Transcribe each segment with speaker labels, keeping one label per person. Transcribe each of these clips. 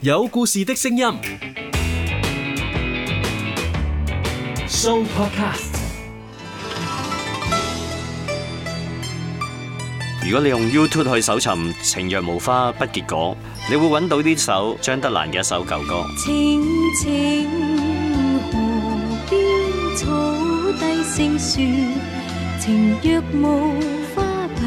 Speaker 1: 有故事的聲音，Show Podcast。
Speaker 2: 如果你用 YouTube 去搜尋《情若無花不結果》，你會揾到呢首張德蘭嘅一首舊歌。
Speaker 3: 青青河邊草低聲說，情若無花不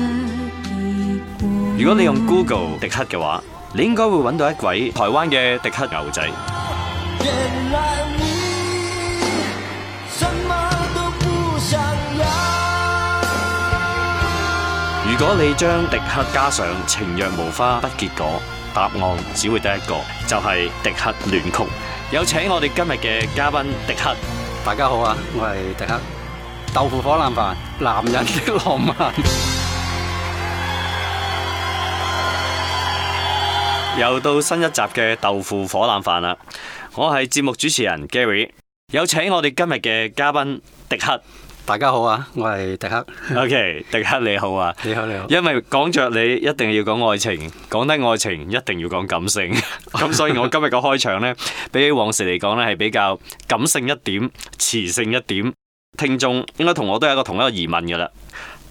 Speaker 3: 結果。
Speaker 2: 如果你用 Google 迪克嘅話，你應該會揾到一位台灣嘅迪克牛仔。
Speaker 4: 原來你什麼都不想要。
Speaker 2: 如果你將迪克加上《情若無花不結果》，答案只會得一個，就係、迪克亂曲。有請我哋今日嘅嘉賓迪克。
Speaker 5: 大家好啊，我係迪克。豆腐火腩飯，男人的浪漫。
Speaker 2: 又到新一集嘅豆腐火腩飯啦！我係節目主持人 Gary，有請我哋今日嘅嘉賓迪克。
Speaker 5: 大家好啊，我係迪克。
Speaker 2: OK，迪克你好啊！
Speaker 5: 你好， 你好。
Speaker 2: 因為講着你一定要講愛情，講得愛情一定要講感性， 咁所以我今日嘅開場呢， 比起往時嚟講呢，係比較感性一點、磁性一點。聽眾應該同我都有一個同一個疑問㗎啦。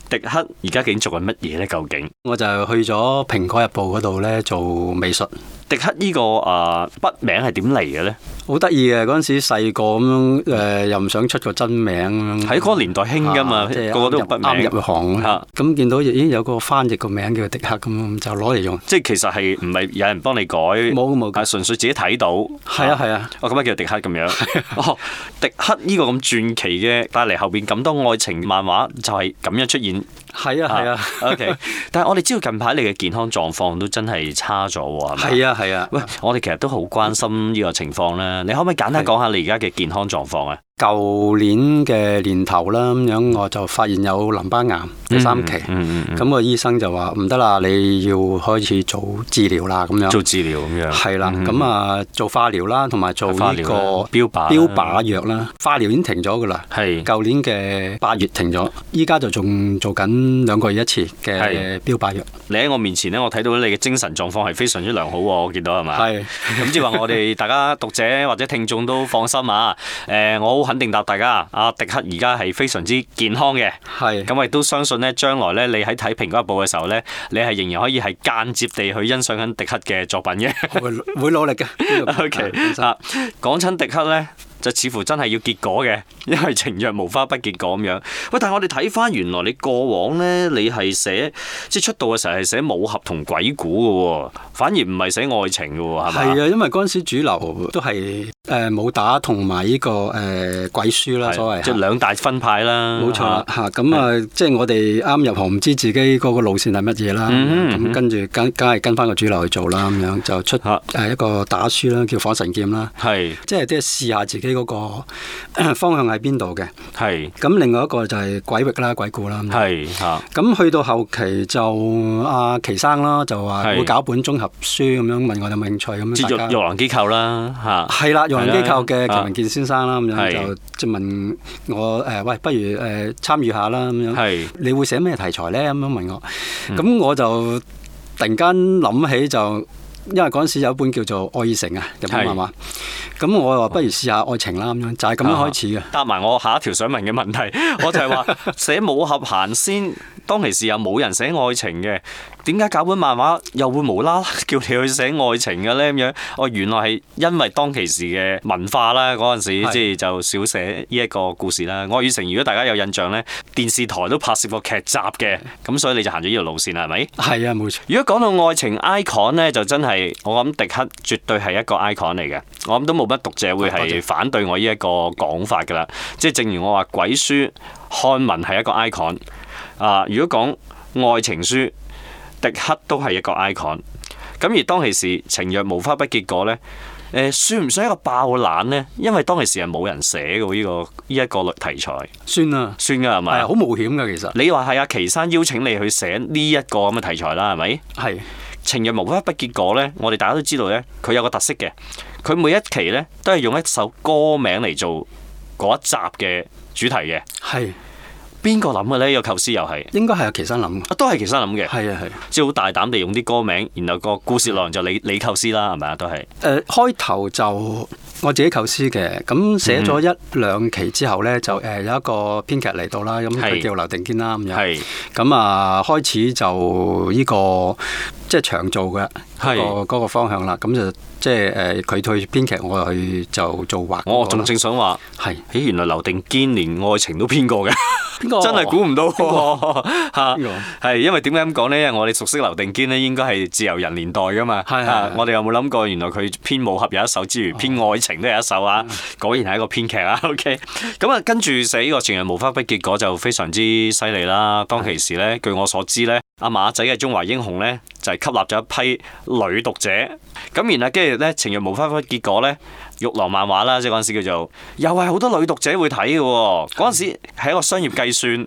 Speaker 2: 迪克而家究竟做緊乜嘢呢？究竟？
Speaker 5: 我就去咗《蘋果日報》嗰度咧做美術，
Speaker 2: 迪克呢、個啊筆名係點嚟嘅呢？
Speaker 5: 好得意嘅。嗰陣時細個咁樣，誒、又唔想出個真名咁樣。
Speaker 2: 喺嗰個年代興㗎嘛，
Speaker 5: 啊即係
Speaker 2: 個個都用
Speaker 5: 啱
Speaker 2: 筆
Speaker 5: 入啱入
Speaker 2: 名，
Speaker 5: 行
Speaker 2: 啊
Speaker 5: 啊。咁見到咦有個翻譯個名叫迪克咁，咁就攞嚟用。
Speaker 2: 即係其實係唔係有人幫你改？
Speaker 5: 冇冇
Speaker 2: 係純粹自己睇到。
Speaker 5: 係啊係啊，
Speaker 2: 哦，咁啊叫迪克咁樣。哦，迪克呢個咁傳奇嘅帶嚟後邊咁多愛情漫畫，就係咁樣出現。
Speaker 5: 係啊係啊，
Speaker 2: OK，但係我哋知道近排你嘅健康狀況都真係差咗喎。係咪
Speaker 5: 係啊係啊。
Speaker 2: 喂，我哋其實都好關心呢個情況啦。你可唔可以簡單講下你而家嘅健康狀況啊？
Speaker 5: 舊年嘅年頭啦，咁樣我就發現有淋巴癌第三期。
Speaker 2: 嗯嗯嗯
Speaker 5: 咁個醫生就話唔得啦，你要開始做治療啦，咁樣
Speaker 2: 做治療嗯咁樣。
Speaker 5: 啊係啦，咁啊做化療啦，同埋做
Speaker 2: 化
Speaker 5: 呢
Speaker 2: 療
Speaker 5: 個
Speaker 2: 啦標靶啦
Speaker 5: 標靶藥啦，化療已經停咗噶啦。
Speaker 2: 係
Speaker 5: 舊年嘅八月停咗，依家就仲做緊兩個月一次
Speaker 2: 係
Speaker 5: 嘅標靶藥，
Speaker 2: 你喺我面前咧，我睇到你嘅精神狀況係非常之良好喎，我見到係咪？
Speaker 5: 係
Speaker 2: 咁即係話我哋大家讀者或者聽眾都放心啊！誒、我好肯定答大家，阿迪克而家係非常之健康嘅。
Speaker 5: 係
Speaker 2: 咁我亦都相信咧，將來咧，你喺睇《蘋果日報》嘅時候咧，你係仍然可以係間接地去欣賞緊迪克嘅作品嘅。
Speaker 5: 會會努力嘅。呢 個
Speaker 2: OK 啊，講親迪克咧，就似乎真係要結果嘅，因為情若無花不結果咁樣。喂，但係我哋睇翻原來你過往咧，你係寫即係出道嘅時候係寫武俠同鬼故嘅喎，反而唔係寫愛情嘅喎，係咪？
Speaker 5: 係啊，因為嗰陣時主流都係誒武打同埋呢個誒鬼書啦，
Speaker 2: 係
Speaker 5: 所謂
Speaker 2: 即係兩大分派啦，
Speaker 5: 冇錯啦
Speaker 2: 嚇
Speaker 5: 嚇，咁啊，即係我哋啱入行，唔知自己嗰個路線係乜嘢啦。
Speaker 2: 嗯嗯
Speaker 5: 咁跟住梗梗係跟翻個主流去做啦，咁樣就出
Speaker 2: 啊
Speaker 5: 誒一個打書啦，叫《火神劍》啦，
Speaker 2: 係
Speaker 5: 即係即係試下自己嗰個 方向喺邊度嘅。
Speaker 2: 係
Speaker 5: 咁另外一個就係鬼域啦、鬼故啦。咁樣
Speaker 2: 係嚇，
Speaker 5: 咁去到後期就阿奇生啦，就話
Speaker 2: 係
Speaker 5: 會搞本綜合書咁樣問我哋有冇興趣咁
Speaker 2: 即係
Speaker 5: 樣大
Speaker 2: 玉玉
Speaker 5: 家。
Speaker 2: 郎機構啦嚇。
Speaker 5: 係啦，用人機構嘅
Speaker 2: 係啦
Speaker 5: 喬文健先生啦，咁
Speaker 2: 係
Speaker 5: 樣就即係問我誒，喂，不如誒參與下啦，咁樣。
Speaker 2: 係
Speaker 5: 你會寫咩題材咧？咁樣問我，
Speaker 2: 嗯
Speaker 5: 咁、我就突然間諗起就，因為嗰陣時有一本叫做《愛與誠》啊，日本
Speaker 2: 係
Speaker 5: 漫畫，咁我話不如試下愛情啦，咁樣就係、咁
Speaker 2: 啊
Speaker 5: 樣開始嘅。
Speaker 2: 答埋我下一條想問嘅問題， 我就係話寫武俠行先，當其時又冇人寫愛情嘅，點解搞本漫畫又會無啦 啦叫你去寫愛情嘅咧？咁樣，哦，原來係因為當其時嘅文化啦，嗰陣時
Speaker 5: 係
Speaker 2: 即係就少寫呢一個故事啦。愛與誠，如果大家有印象咧，電視台都拍攝過劇集嘅，咁所以你就行咗呢條路線啦，係咪？
Speaker 5: 係啊，冇錯。
Speaker 2: 如果講到愛情 icon 咧，就真係我諗迪克絕對係一個 icon 嚟嘅。我諗都冇乜讀者會
Speaker 5: 啊多
Speaker 2: 係
Speaker 5: 謝
Speaker 2: 反對我呢一個講法㗎啦。即係正如我話，鬼書漢文係一個 icon 啊。如果講愛情書，迪克都係一個 icon。咁而當其時情若無花不結果呢，誒、算唔算一個爆冷呢？因為當其時係冇人寫嘅喎，呢、個呢一、個類題材
Speaker 5: 算啦，
Speaker 2: 算㗎係
Speaker 5: 係啊
Speaker 2: 咪
Speaker 5: 好？冒險嘅其實
Speaker 2: 你話係阿岐山邀請你去寫呢一個咁嘅題材啦，係咪？
Speaker 5: 係
Speaker 2: 情若無花不結果呢，我哋大家都知道呢，佢有個特色嘅，佢每一期呢都係用一首歌名嚟做嗰一集嘅主題嘅。
Speaker 5: 係
Speaker 2: 邊個諗嘅呢？呢個構思又係
Speaker 5: 應該係阿奇生諗嘅。
Speaker 2: 啊，都係其實諗嘅，
Speaker 5: 係啊係啊。
Speaker 2: 即係好大膽地用啲歌名，然後個故事內容就你你構思啦，係咪啊？都係
Speaker 5: 誒、開頭就我自己構思嘅，咁寫
Speaker 2: 嗯
Speaker 5: 咗一兩期之後呢，就誒、有一個編劇嚟到啦，咁
Speaker 2: 係
Speaker 5: 佢叫劉定堅啦咁樣，
Speaker 2: 係
Speaker 5: 咁啊開始就呢、個即係長做嘅
Speaker 2: 係
Speaker 5: 嗰個嗰個方向啦，咁就即係誒佢去編劇，我去就做畫嗰個啦。
Speaker 2: 我哦仲正想話，
Speaker 5: 係
Speaker 2: 咦，原來劉定堅連愛情都編過 嘅。
Speaker 5: 邊個
Speaker 2: 真係估唔到喎 嚇
Speaker 5: 邊個，
Speaker 2: 係因為點解咁講呢？因為我哋熟悉劉定堅呢，應該係自由人年代噶嘛。
Speaker 5: 係係
Speaker 2: 啊
Speaker 5: 係哦
Speaker 2: 我哋有冇諗過原來佢編武俠有一首之餘，編愛情都有一首啊？
Speaker 5: 嗯
Speaker 2: 果然係一個編劇啊。OK，咁啊，跟住寫呢個《情人無花不結果》就非常之犀利啦。當其時呢，據我所知呢，阿馬仔嘅《中華英雄》呢，就係吸納咗一批女讀者。咁然後跟住呢，《情人無花不結果》呢。玉郎漫畫啦，即係嗰陣時叫做，又係好多女讀者會睇嘅
Speaker 5: 嗯
Speaker 2: 喎。嗰陣時係一個商業計算，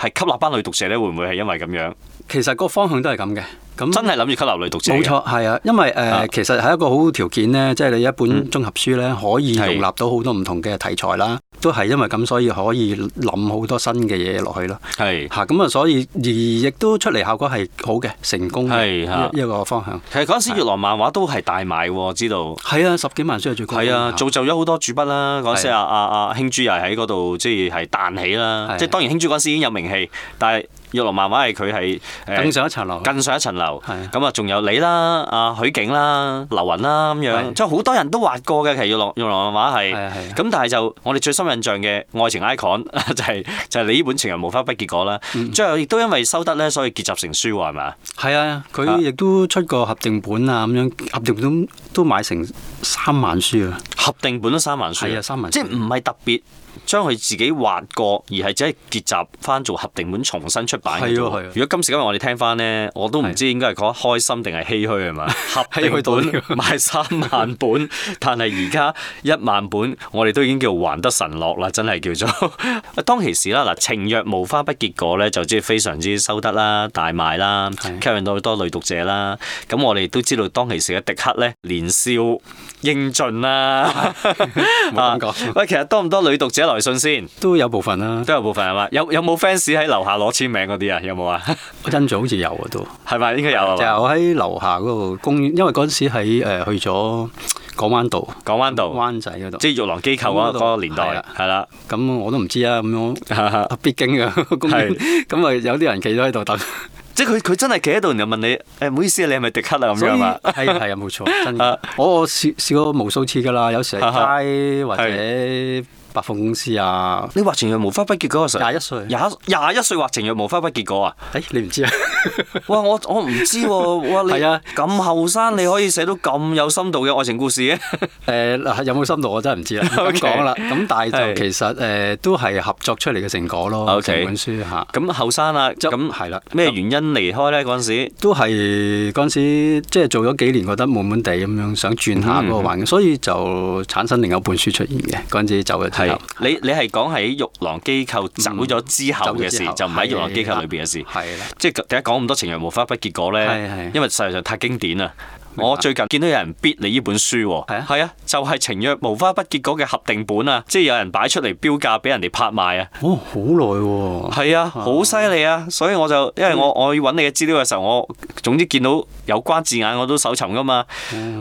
Speaker 2: 係吸納班女讀者咧，會唔會係因為咁樣？
Speaker 5: 其實個方向都係咁嘅，咁
Speaker 2: 真係諗住吸納女讀者嘅？
Speaker 5: 嗯冇錯，係啊，因為誒、
Speaker 2: 啊嗯
Speaker 5: 其實係一個好條件咧，即係你一本綜合書咧，可以
Speaker 2: 係
Speaker 5: 容納到好多唔同嘅題材啦，都係因為咁，所以可以諗好多新嘅嘢落去咯。
Speaker 2: 係，
Speaker 5: 嚇咁啊，所以而亦都出嚟效果係好嘅，成功嘅
Speaker 2: 係嚇
Speaker 5: 一一個方向。
Speaker 2: 其實嗰陣時玉郎漫畫都係大賣喎，知道。
Speaker 5: 係啊，十幾萬書係最高嘅。
Speaker 2: 係啊，
Speaker 5: 嚇
Speaker 2: 造就咗好多主筆啦。嗰陣時
Speaker 5: 係
Speaker 2: 啊啊啊，興珠又喺嗰度即係係彈起啦
Speaker 5: 係。
Speaker 2: 即係當然興珠嗰陣時已經有名氣，但係玉郎漫畫係佢係誒
Speaker 5: 更上一層樓。
Speaker 2: 更上一層樓
Speaker 5: 係啊。
Speaker 2: 咁啊，仲有你啦、阿許景啦、劉雲啦咁樣，
Speaker 5: 係
Speaker 2: 即係好多人都畫過嘅。其實玉郎玉郎漫畫係
Speaker 5: 係啊係啊
Speaker 2: 咁，但係就我哋最深印象嘅愛情 icon 就係就係你呢本《情人無花不結果》啦。
Speaker 5: 嗯
Speaker 2: 最後亦都因為收得咧，所以結集成書喎，係咪啊？
Speaker 5: 係啊，佢亦都出過合訂本啊，咁樣合訂本都買成三萬書啊。
Speaker 2: 合訂本都三萬書，
Speaker 5: 係啊三萬書
Speaker 2: 即係唔係特別將佢自己畫過，而係只係結集翻做合訂本重新出版嘅啫喎。
Speaker 5: 係啊係啊啊
Speaker 2: 如果今時今日我哋聽翻呢，我都唔知應該係講開心定係唏噓啊係嘛？合
Speaker 5: 唏噓到呢
Speaker 2: 訂
Speaker 5: 個
Speaker 2: 本賣三萬 本，但係而家一萬本，我哋都已經叫還得神落啦，真係叫做。 當其時啦，嗱，情若無花不結果呢，就即係非常之收得啦、大賣啦，
Speaker 5: 係
Speaker 2: 吸引到好多女讀者啦。咁我哋都知道當其時嘅迪克呢，年少英俊啦。 啊
Speaker 5: 冇咁講
Speaker 2: 喂，其實多唔多女讀者來信先？
Speaker 5: 都有部分啦，
Speaker 2: 都有部分係嘛？有有冇 fans 喺樓下攞簽名嗰啲啊？有冇啊？
Speaker 5: 我印象好似有啊都。
Speaker 2: 係咪應該有啊
Speaker 5: 就係
Speaker 2: 嘛？
Speaker 5: 我喺樓下嗰度公園，因為嗰陣時喺誒、呃去咗港灣道、
Speaker 2: 港灣道，
Speaker 5: 灣仔嗰度，
Speaker 2: 即係玉郎機構嗰
Speaker 5: 嗰度
Speaker 2: 嗰個年
Speaker 5: 係
Speaker 2: 代
Speaker 5: 啦，
Speaker 2: 係啦。
Speaker 5: 咁我都唔知啊，咁樣必經 嘅公園，咁啊有啲人企咗喺度等，
Speaker 2: 即係佢佢真係企喺度，然後問你誒唔好意思，你係咪迪克啊咁
Speaker 5: 所以
Speaker 2: 樣啊
Speaker 5: 係？係啊冇錯，真嘅
Speaker 2: 啊，
Speaker 5: 我我試試過無數次㗎啦，有時喺街或者百貨公司啊，
Speaker 2: 你畫情若無花不結果嘅啊時候，
Speaker 5: 廿一歲
Speaker 2: 廿一廿一歲畫情若無花不結果啊！
Speaker 5: 誒、你唔知啊，
Speaker 2: 哇，我我唔知喎，哇你
Speaker 5: 係啊
Speaker 2: 咁後生你可以寫到咁有深度嘅愛情故事嘅，
Speaker 5: 誒嗱、有冇深度我真係唔知 啦，唔敢
Speaker 2: OK
Speaker 5: 講啦，咁但
Speaker 2: 係
Speaker 5: 係就其實誒、都係合作出嚟嘅成果咯，
Speaker 2: OK
Speaker 5: 成本書嚇。
Speaker 2: 咁後生 啦，咁
Speaker 5: 係啦
Speaker 2: 咩原因離開咧嗰陣時？
Speaker 5: 都係嗰陣時，即係做咗幾年，覺得悶悶地咁樣，想轉下嗰
Speaker 2: 嗯
Speaker 5: 個環境，所以就產生另一本書出現嘅。嗰陣時走咗之
Speaker 2: 係
Speaker 5: 後，
Speaker 2: 你你係講喺玉郎機構走咗之後
Speaker 5: 走咗
Speaker 2: 嘅事，
Speaker 5: 之後
Speaker 2: 就唔喺玉郎機構裏邊嘅事。
Speaker 5: 係啦，
Speaker 2: 即係點解講咁多情人無花不結果
Speaker 5: 係
Speaker 2: 咧？
Speaker 5: 係
Speaker 2: 因為實在太經典啦！我最近見到有人 bid 你呢本書喎，
Speaker 5: 係啊
Speaker 2: 係啊，就係情若無花不結果嘅合訂本啊，即係有人擺出嚟標價俾人哋拍賣啊，
Speaker 5: 哦，好耐喎，
Speaker 2: 係啊，好犀利啊！所以我就因為我我要揾你嘅資料嘅時候，我總之見到有關字眼我都搜尋噶嘛，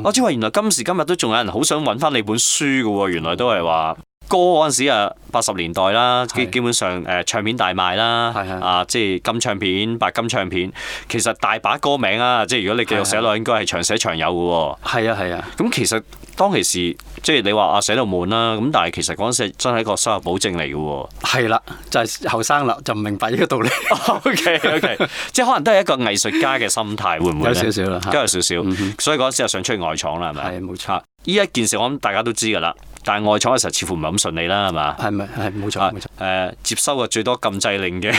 Speaker 2: 我知話原來今時今日都仲有人好想揾翻你本書嘅喎，原來都係話。歌嗰陣時啊，八十年代啦，基
Speaker 5: 係
Speaker 2: 基本上誒、呃唱片大賣啦，
Speaker 5: 係係
Speaker 2: 啊即係金唱片、白金唱片，其實大把歌名啊，即係如果你繼續寫落，應該係長寫長有嘅喎。
Speaker 5: 係啊係啊，
Speaker 2: 咁其實當其時，即係你話啊寫到悶啦，咁但係其實嗰陣時真係一個收入保證嚟嘅喎。
Speaker 5: 係啦，就係後生啦，就唔明白呢個道 理。
Speaker 2: O K O K，即係可能都係一個藝術家嘅心態，會唔會
Speaker 5: 有
Speaker 2: 呢
Speaker 5: 少少啦嚇嗯
Speaker 2: 都有少少。所以嗰陣時就想出去外廠啦，係咪？
Speaker 5: 係冇錯，
Speaker 2: 依一件事我諗大家都知㗎啦，但係外廠嘅時候似乎唔係咁順利啦，係嘛？
Speaker 5: 係咪係冇
Speaker 2: 啊
Speaker 5: 錯冇錯
Speaker 2: 誒、，接收嘅最多禁制令嘅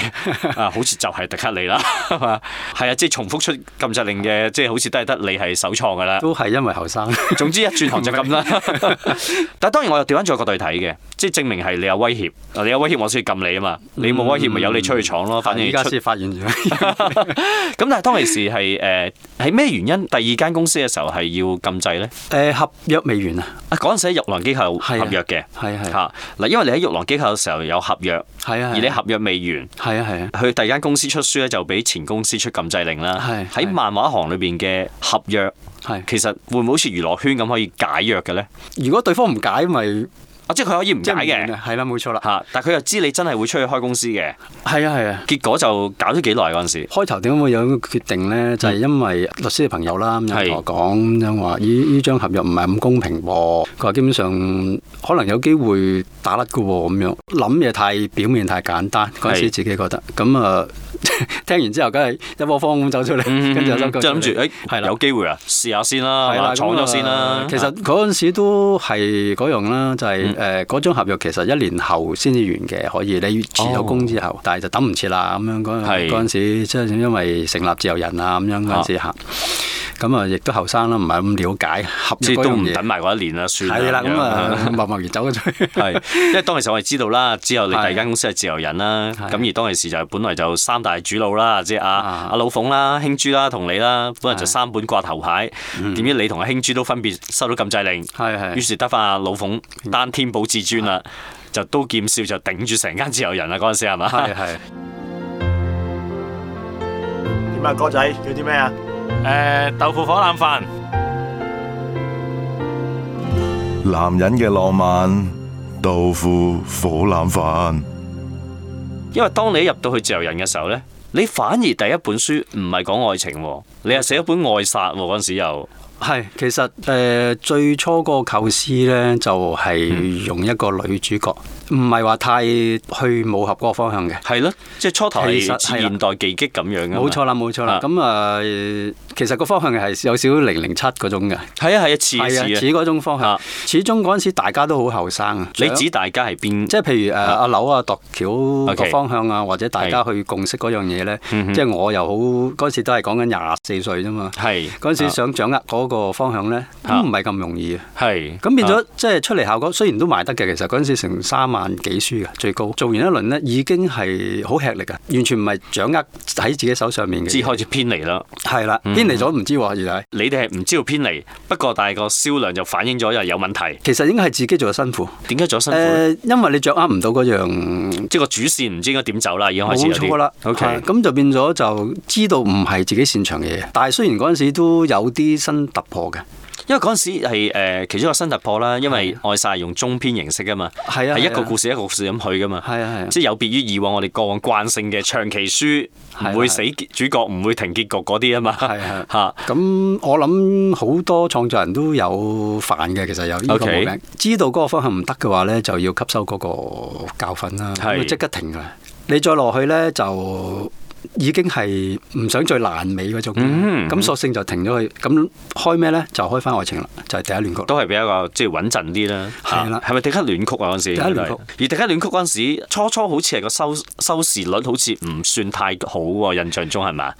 Speaker 2: 啊，好似就係迪克利啦， 係嘛？係啊，即係重複出禁制令嘅，即係好似都係得你係首創㗎啦。
Speaker 5: 都係因為後生。
Speaker 2: 總之一轉行就咁啦。 但係當然我又調翻咗個對睇嘅，即係證明係你有威脅，你有威脅我先要禁你啊嘛。你冇威脅咪由你出去闖咯，反正
Speaker 5: 而
Speaker 2: 你
Speaker 5: 家
Speaker 2: 出
Speaker 5: 先發現咗，
Speaker 2: 咁但係當其時係誒係咩原因？第二間公司嘅時候係要禁制咧？
Speaker 5: 誒合約未完啊，
Speaker 2: 啊嗰陣時喺玉郎機構有有
Speaker 5: 係啊
Speaker 2: 合約嘅。
Speaker 5: 係啊係啊
Speaker 2: 嚇嗱，因為你喺玉郎機構嘅時候有合約，
Speaker 5: 係啊，
Speaker 2: 而你合約未完。
Speaker 5: 係啊係啊，
Speaker 2: 去第二間公司出書咧，就俾前公司出禁制令啦。
Speaker 5: 係
Speaker 2: 喺
Speaker 5: 係
Speaker 2: 漫畫行裏邊嘅合約，
Speaker 5: 係。
Speaker 2: 其實會唔會好似娛樂圈咁可以解約嘅咧？
Speaker 5: 如果對方唔解，咪
Speaker 2: 啊，即係佢可以唔
Speaker 5: 即
Speaker 2: 解
Speaker 5: 係唔完
Speaker 2: 嘅
Speaker 5: 啊係啦，冇錯啦。
Speaker 2: 嚇，但係佢又知你真係會出去開公司嘅，
Speaker 5: 係啊係啊。
Speaker 2: 結果就搞咗幾耐嗰陣時。
Speaker 5: 開頭點解會有呢個決定呢？就係、因為律師嘅朋友啦，咁
Speaker 2: 係
Speaker 5: 樣同我講咁樣話，咦呢張合約唔係咁公平喎。佢話基本上可能有機會打甩嘅喎，咁樣諗嘢太表面太簡單，嗰陣時
Speaker 2: 係
Speaker 5: 自己覺得咁啊。 聽完之後，梗係一窩蜂咁走
Speaker 2: 嗯
Speaker 5: 出嚟，跟住就收
Speaker 2: 即係
Speaker 5: 腳
Speaker 2: 諗
Speaker 5: 出嚟
Speaker 2: 住，
Speaker 5: 係
Speaker 2: 誒
Speaker 5: 啦
Speaker 2: 有機會啊，試下先啦，係
Speaker 5: 係
Speaker 2: 嘛
Speaker 5: 啦，
Speaker 2: 闖咗先啦
Speaker 5: 咁啊。其實嗰陣時都係嗰樣啦，就係
Speaker 2: 嗯
Speaker 5: 誒嗰張合約其實一年後先至完嘅，可以你辭咗工之後，但係就等唔切啦咁樣嗰
Speaker 2: 哦係
Speaker 5: 陣嗰陣時，即係因為成立自由人啊咁樣嗰陣時嚇，咁啊亦都後生啦，唔係咁了解合
Speaker 2: 即
Speaker 5: 約
Speaker 2: 係
Speaker 5: 嗰
Speaker 2: 都
Speaker 5: 樣
Speaker 2: 唔等
Speaker 5: 嘢。
Speaker 2: 埋嗰一年啦，算啦。
Speaker 5: 係啦，
Speaker 2: 樣
Speaker 5: 咁啊，默默然走咗出去。
Speaker 2: 係，因為當其時我哋知道啦，之後你第
Speaker 5: 係
Speaker 2: 二間公司係自由人啦，
Speaker 5: 係
Speaker 2: 咁而當其時就本來就三大主腦啦，即係阿
Speaker 5: 啊
Speaker 2: 阿老馮啦、興珠啦同你啦，本來就
Speaker 5: 係
Speaker 2: 三本掛頭牌，點知你同阿興珠都分別收到禁制令，
Speaker 5: 係係
Speaker 2: 於 是得翻阿老馮單天保至尊啦，就刀劍笑就頂住成間自由人啦嗰陣時係嘛？
Speaker 5: 係係。
Speaker 6: 点啊，哥仔叫啲咩啊？
Speaker 7: 誒豆腐火腩飯，
Speaker 8: 男人嘅浪漫，豆腐火腩飯。
Speaker 2: 因為當你入到去自由人嘅時候呢，你反而第一本書唔係講愛情喎，你係寫一本愛殺喎嗰陣時又
Speaker 5: 係，其實誒、呃最初嗰個構思咧，就係、
Speaker 2: 嗯
Speaker 5: 用一個女主角，唔係話太去武俠嗰個方向嘅。
Speaker 2: 係咯，即係初頭
Speaker 5: 其
Speaker 2: 係
Speaker 5: 實
Speaker 2: 似
Speaker 5: 係啦
Speaker 2: 現代技擊咁樣㗎嘛
Speaker 5: 冇錯啦，冇錯啦
Speaker 2: 啊。
Speaker 5: 咁啊、呃其實個方向係有少少零零七嗰種嘅，
Speaker 2: 係啊係啊，似
Speaker 5: 係啊，似
Speaker 2: 似啊。
Speaker 5: 嗰種方向
Speaker 2: 啊。
Speaker 5: 始終嗰陣時大家都好後生啊。
Speaker 2: 你
Speaker 5: 長
Speaker 2: 指大家係邊？
Speaker 5: 即係譬如誒阿柳啊、度橋
Speaker 2: OK
Speaker 5: 個方向啊，或者大家去共識嗰樣嘢咧，即係我又好嗰陣時都係講緊廿四歲啫嘛。
Speaker 2: 係
Speaker 5: 嗰陣時
Speaker 2: 啊
Speaker 5: 想掌握嗰個方向咧，都
Speaker 2: 啊
Speaker 5: 唔係咁容易嘅。
Speaker 2: 係
Speaker 5: 咁變
Speaker 2: 啊
Speaker 5: 咗即係出嚟效果，雖然都賣得嘅，其實嗰陣時成三萬幾書嘅最高。做完一輪呢，已經係好吃力嘅，完全唔係掌握喺自己手上面嘅
Speaker 2: 知
Speaker 5: 嘢。
Speaker 2: 開始偏離啦。
Speaker 5: 係啦，
Speaker 2: 嗯
Speaker 5: 偏離咗唔知喎，原來
Speaker 2: 你哋係唔知道偏離，不過但係個銷量就反映咗又有問題。
Speaker 5: 其實應該係自己做得辛苦。
Speaker 2: 點解仲有
Speaker 5: 誒、
Speaker 2: 辛苦呢？
Speaker 5: 因為你掌握唔到嗰樣。
Speaker 2: 即係個主線唔知應該點走啦，已經開始有
Speaker 5: 冇
Speaker 2: 啲
Speaker 5: 錯啦
Speaker 2: OK，
Speaker 5: 係咁就變咗就知道唔係自己擅長嘅嘢，但係雖然嗰陣時都有啲新突破嘅，
Speaker 2: 因為嗰陣時係、呃、其中一個新突破啦，因為愛晒係用中篇形式噶嘛，
Speaker 5: 係啊
Speaker 2: 係一
Speaker 5: 係啊
Speaker 2: 個故事一個故事咁去噶嘛，
Speaker 5: 係啊係啊
Speaker 2: 即係有別於以往我哋過往慣性嘅長期書
Speaker 5: 係啊
Speaker 2: 唔會
Speaker 5: 係啊
Speaker 2: 死結主角唔會停結局嗰啲啊嘛，
Speaker 5: 係啊係
Speaker 2: 嚇
Speaker 5: 咁我諗好多創作人都有犯嘅，其實有呢個毛
Speaker 2: OK
Speaker 5: 病。知道嗰個方向唔得嘅話呢，就要吸收嗰個教訓啦，
Speaker 2: 係
Speaker 5: 咁就即刻停啦。你再落去呢，就已經係唔想再爛尾嗰種，咁、
Speaker 2: 嗯
Speaker 5: 索性就停咗佢。咁開咩呢？就開翻愛情啦，就係、第一亂局。
Speaker 2: 都係比較即係穩陣啲啦。
Speaker 5: 係啦
Speaker 2: 嚇係咪迪克戀曲啊嗰陣時？
Speaker 5: 迪克戀曲
Speaker 2: 而迪克戀曲嗰陣時，初初好似係個收收視率好似唔算太好喎，印象中係嘛？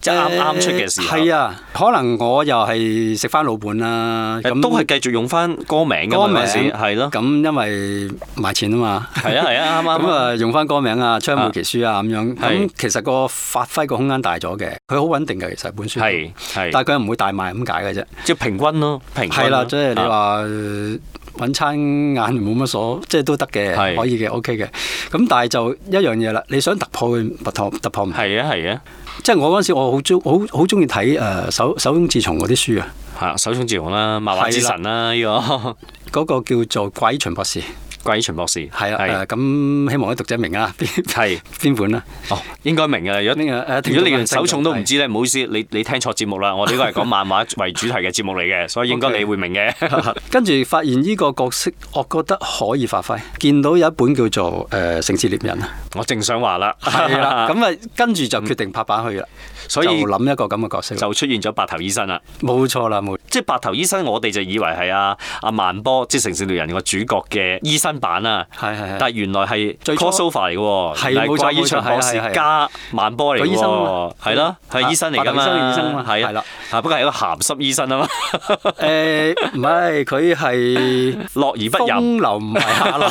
Speaker 2: 即係啱啱出嘅時候，
Speaker 5: 誒係啊，可能我又係食翻老本啦。
Speaker 2: 誒
Speaker 5: 咁
Speaker 2: 都係繼續用翻歌名㗎
Speaker 5: 歌
Speaker 2: 嘛嗰
Speaker 5: 名
Speaker 2: 陣時，係咯，
Speaker 5: 咁因為賣錢啊嘛。
Speaker 2: 係啊係啊，啱啱
Speaker 5: 咁
Speaker 2: 啱。
Speaker 5: 啊，用翻歌名啊，《窗門奇書》啊，咁樣
Speaker 2: 係
Speaker 5: 咁其實個發揮個空間大咗嘅，佢好穩定嘅，其實本書，
Speaker 2: 係係，
Speaker 5: 但係佢唔會大賣咁解嘅啫。
Speaker 2: 即係平均咯，平均咯
Speaker 5: 係啦，即係你
Speaker 2: 啊
Speaker 5: 話呃揾餐晏冇乜所，即係都得嘅
Speaker 2: 係，
Speaker 5: 可以嘅，OK 嘅。咁但係就一樣嘢啦，你想突破佢突破突破唔到，
Speaker 2: 係啊係啊，
Speaker 5: 即係我嗰陣時我好中好好中意睇誒手手冢治蟲嗰啲書啊，
Speaker 2: 嚇手塚治蟲啦，漫畫之神啦，呢個
Speaker 5: 嗰個叫做《鬼秦博士》，
Speaker 2: 鬼秦博士
Speaker 5: 係啊啦，誒咁希望啲讀者明啊，邊
Speaker 2: 係
Speaker 5: 邊本啊啦。
Speaker 2: 哦，應該明㗎啦，如果
Speaker 5: 呢個誒聽
Speaker 2: 如
Speaker 5: 眾
Speaker 2: 果你
Speaker 5: 啊
Speaker 2: 連手重都唔知咧，唔好意思，你你聽錯節目啦。我呢個係講漫畫 為主題嘅節目嚟嘅，所以應該
Speaker 5: OK
Speaker 2: 你會明嘅。
Speaker 5: 跟住發現呢個角色，我覺得可以發揮。見到有一本叫做《誒、呃、城市獵人》啊，
Speaker 2: 我正想話啦，
Speaker 5: 係啦， 咁啊跟住就決定拍板去啦，
Speaker 2: 所以
Speaker 5: 就諗一個咁嘅角色啦，
Speaker 2: 就出現咗白頭醫生啦。
Speaker 5: 冇錯啦，冇
Speaker 2: 即係白頭醫生，我哋就以為係阿阿萬波，即係城市獵人個主角嘅醫生版啊啦。
Speaker 5: 係係
Speaker 2: 但
Speaker 5: 係。
Speaker 2: 係原來係
Speaker 5: 最初
Speaker 2: crossover 嚟嘅喎，
Speaker 5: 係
Speaker 2: 原來
Speaker 5: 冇錯
Speaker 2: 怪醫場博士
Speaker 5: 冇錯係係係
Speaker 2: 加萬波嚟嘅
Speaker 5: 佢醫生啊
Speaker 2: 喎，係咯，係醫生嚟㗎嘛，
Speaker 5: 白頭醫生嘅醫生嘛
Speaker 2: 係
Speaker 5: 係
Speaker 2: 啦
Speaker 5: 啦，
Speaker 2: 啊不過係一個鹹濕醫生啊嘛，
Speaker 5: 誒唔係，佢係
Speaker 2: 樂而不淫。
Speaker 5: 風流唔係下 流，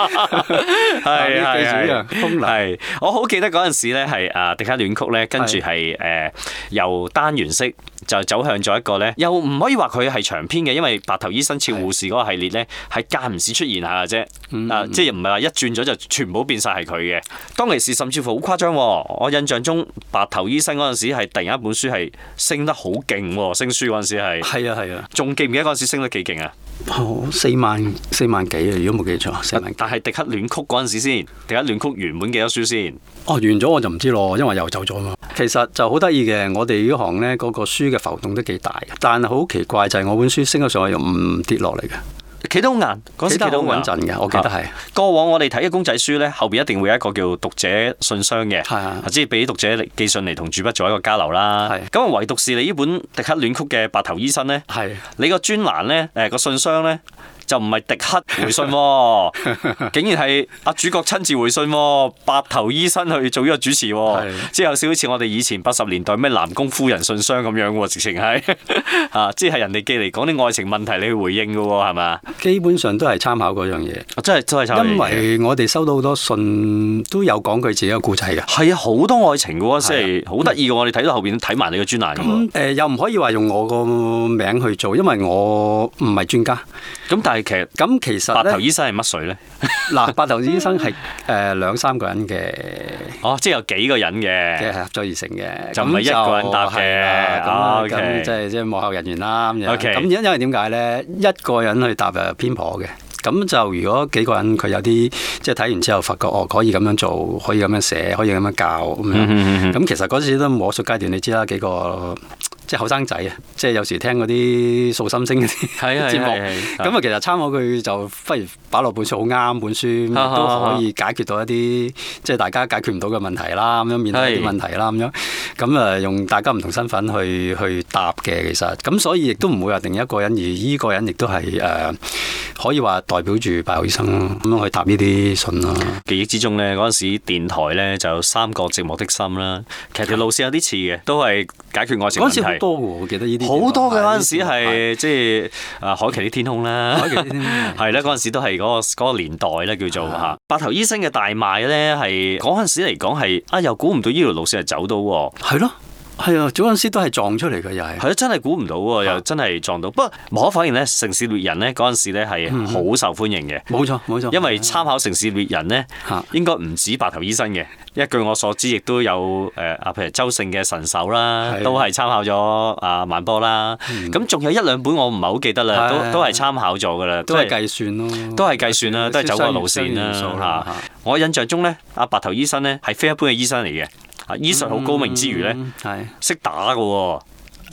Speaker 2: 係
Speaker 5: 啊你記住
Speaker 2: 係
Speaker 5: 呢樣風流
Speaker 2: 係，呃我好記得嗰陣時咧係啊迪卡戀曲咧，跟住係誒由單元式就走向咗一個呢，又唔可以話佢係長篇嘅，因為白頭醫生俏護士嗰個系列呢，係間唔時出現下嘅啫。
Speaker 5: 嗯
Speaker 2: 啊，即係唔係話一轉咗就全部變晒係佢嘅。當其時甚至乎好誇張喎、我印象中白頭醫生嗰陣時係突然間一本書係升得好勁喎，升書嗰陣時係。
Speaker 5: 係啊係啊，
Speaker 2: 仲記唔記得嗰陣時升得幾勁啊？
Speaker 5: 哦四萬四萬幾啊，如果冇記錯，四萬幾。
Speaker 2: 但係迪克戀曲嗰陣時先，迪克戀曲原本幾多書先？
Speaker 5: 哦，完咗我就唔知咯，因為又走咗嘛。其實就好得意嘅，我哋呢行呢嗰、個書嘅浮動都幾大嘅，但係好奇怪就係我本書升咗上去又唔跌落嚟嘅，
Speaker 2: 企得好硬，嗰時企
Speaker 5: 企得
Speaker 2: 得
Speaker 5: 好啊
Speaker 2: 好
Speaker 5: 穩
Speaker 2: 穩
Speaker 5: 陣嘅，我記得係。
Speaker 2: 過往我哋睇嘅公仔書呢，後邊一定會有一個叫讀者信箱嘅
Speaker 5: 係啊，
Speaker 2: 即係俾讀者嚟寄信嚟同主筆做一個交流啦。
Speaker 5: 係
Speaker 2: 咁啊，唯獨是你呢本《迪克戀曲》嘅白頭醫生呢，
Speaker 5: 係
Speaker 2: 你個專欄呢，誒、個信箱呢，就唔係迪克回信喎，竟然係阿主角親自回信喎，白頭醫生去做呢個主持喎
Speaker 5: 係，
Speaker 2: 即係有少少好似我哋以前八十年代咩南宮夫人信箱咁樣喎，直情係 啊，即係人哋寄嚟講啲愛情問題，你去回應嘅喎，係嘛？
Speaker 5: 基本上都係參考嗰樣嘢，
Speaker 2: 我真係真係差唔多
Speaker 5: 因為我哋收到好多信都有講佢自己嘅故仔嘅。
Speaker 2: 係啊，好多愛情嘅喎，即係好得意嘅喎。我哋睇到後邊睇埋你個專欄嘅
Speaker 5: 咁
Speaker 2: 喎。
Speaker 5: 誒、又唔可以話用我個名去做，因為我唔係專家。
Speaker 2: 咁但係其實
Speaker 5: 咁其實
Speaker 2: 白頭
Speaker 5: 咧，
Speaker 2: 醫生係乜水咧？
Speaker 5: 嗱，白頭醫生係誒兩三個人嘅
Speaker 2: 哦，即係有幾個人
Speaker 5: 嘅
Speaker 2: 嘅。
Speaker 5: 合作而成嘅，
Speaker 2: 就唔係一個人搭嘅
Speaker 5: 係啦
Speaker 2: 啊
Speaker 5: 咁
Speaker 2: OK
Speaker 5: 咁即係即係幕後人員啦咁樣。
Speaker 2: OK
Speaker 5: 咁因因為點解咧？一個人去搭誒偏頗嘅。咁就如果幾個人佢有啲即係睇完之後發覺哦可以咁樣做，可以咁樣寫，可以咁樣教咁樣。咁、
Speaker 2: 嗯嗯嗯
Speaker 5: 其實嗰時都摸索階段，你知啦，幾個即係後生仔啊，即係有時聽嗰啲掃心聲嗰
Speaker 2: 係
Speaker 5: 啲
Speaker 2: 係
Speaker 5: 節目
Speaker 2: 係係，
Speaker 5: 咁啊其實參考佢就不如擺落本書好啱，本書
Speaker 2: 啊啊啊
Speaker 5: 都可以解決到一啲即係大家解決唔到嘅問題啦，咁樣面對一啲
Speaker 2: 係
Speaker 5: 問題啦，咁樣咁啊用大家唔同身份去去答嘅，其實咁所以亦都唔會話定一個人，而依個人亦都係誒、呃可以話代表住白頭醫生咯，咁樣去答呢啲信啦。
Speaker 2: 記憶之中咧，嗰陣時電台咧就有三個寂寞的心啦。其實條路線有啲似嘅，都係解決愛情
Speaker 5: 嗰
Speaker 2: 問
Speaker 5: 陣時好
Speaker 2: 題。
Speaker 5: 多嘅喎，我記得呢啲
Speaker 2: 好多嘅嗰陣時
Speaker 5: 係
Speaker 2: 係即係啊海奇的天空啦，
Speaker 5: 海奇的天空啊係
Speaker 2: 係啦嗰陣時都係嗰、個嗰個年代咧叫做嚇。白頭醫生嘅大賣咧係嗰陣時嚟講係啊又估唔到呢條路線係走到喎。
Speaker 5: 係咯，係啊，嗰陣時都係撞出嚟嘅，又係。
Speaker 2: 係啊，真係估唔到喎，又真係撞到。不過無可否認咧，城市獵人咧嗰陣時咧係
Speaker 5: 嗯
Speaker 2: 好受歡迎嘅，
Speaker 5: 冇錯冇錯，
Speaker 2: 因為參考城市獵人咧
Speaker 5: 嚇，
Speaker 2: 應該唔止白頭醫生嘅，因為據我所知，亦都有誒啊，譬如周勝嘅神手啦，
Speaker 5: 係
Speaker 2: 都係參考咗啊萬波啦。
Speaker 5: 嗯
Speaker 2: 咁仲有一兩本我唔係好記得啦，
Speaker 5: 係
Speaker 2: 都都係參考咗噶啦，
Speaker 5: 啊都係
Speaker 2: 即係
Speaker 5: 計算咯，
Speaker 2: 都係計算啦，都係走個路
Speaker 5: 商業
Speaker 2: 線啦
Speaker 5: 商業元素
Speaker 2: 嚇。啊我印象中咧，阿白頭醫生咧係非一般嘅醫生嚟嘅，啊醫術好高明之餘咧。
Speaker 5: 嗯係
Speaker 2: 識打嘅喎、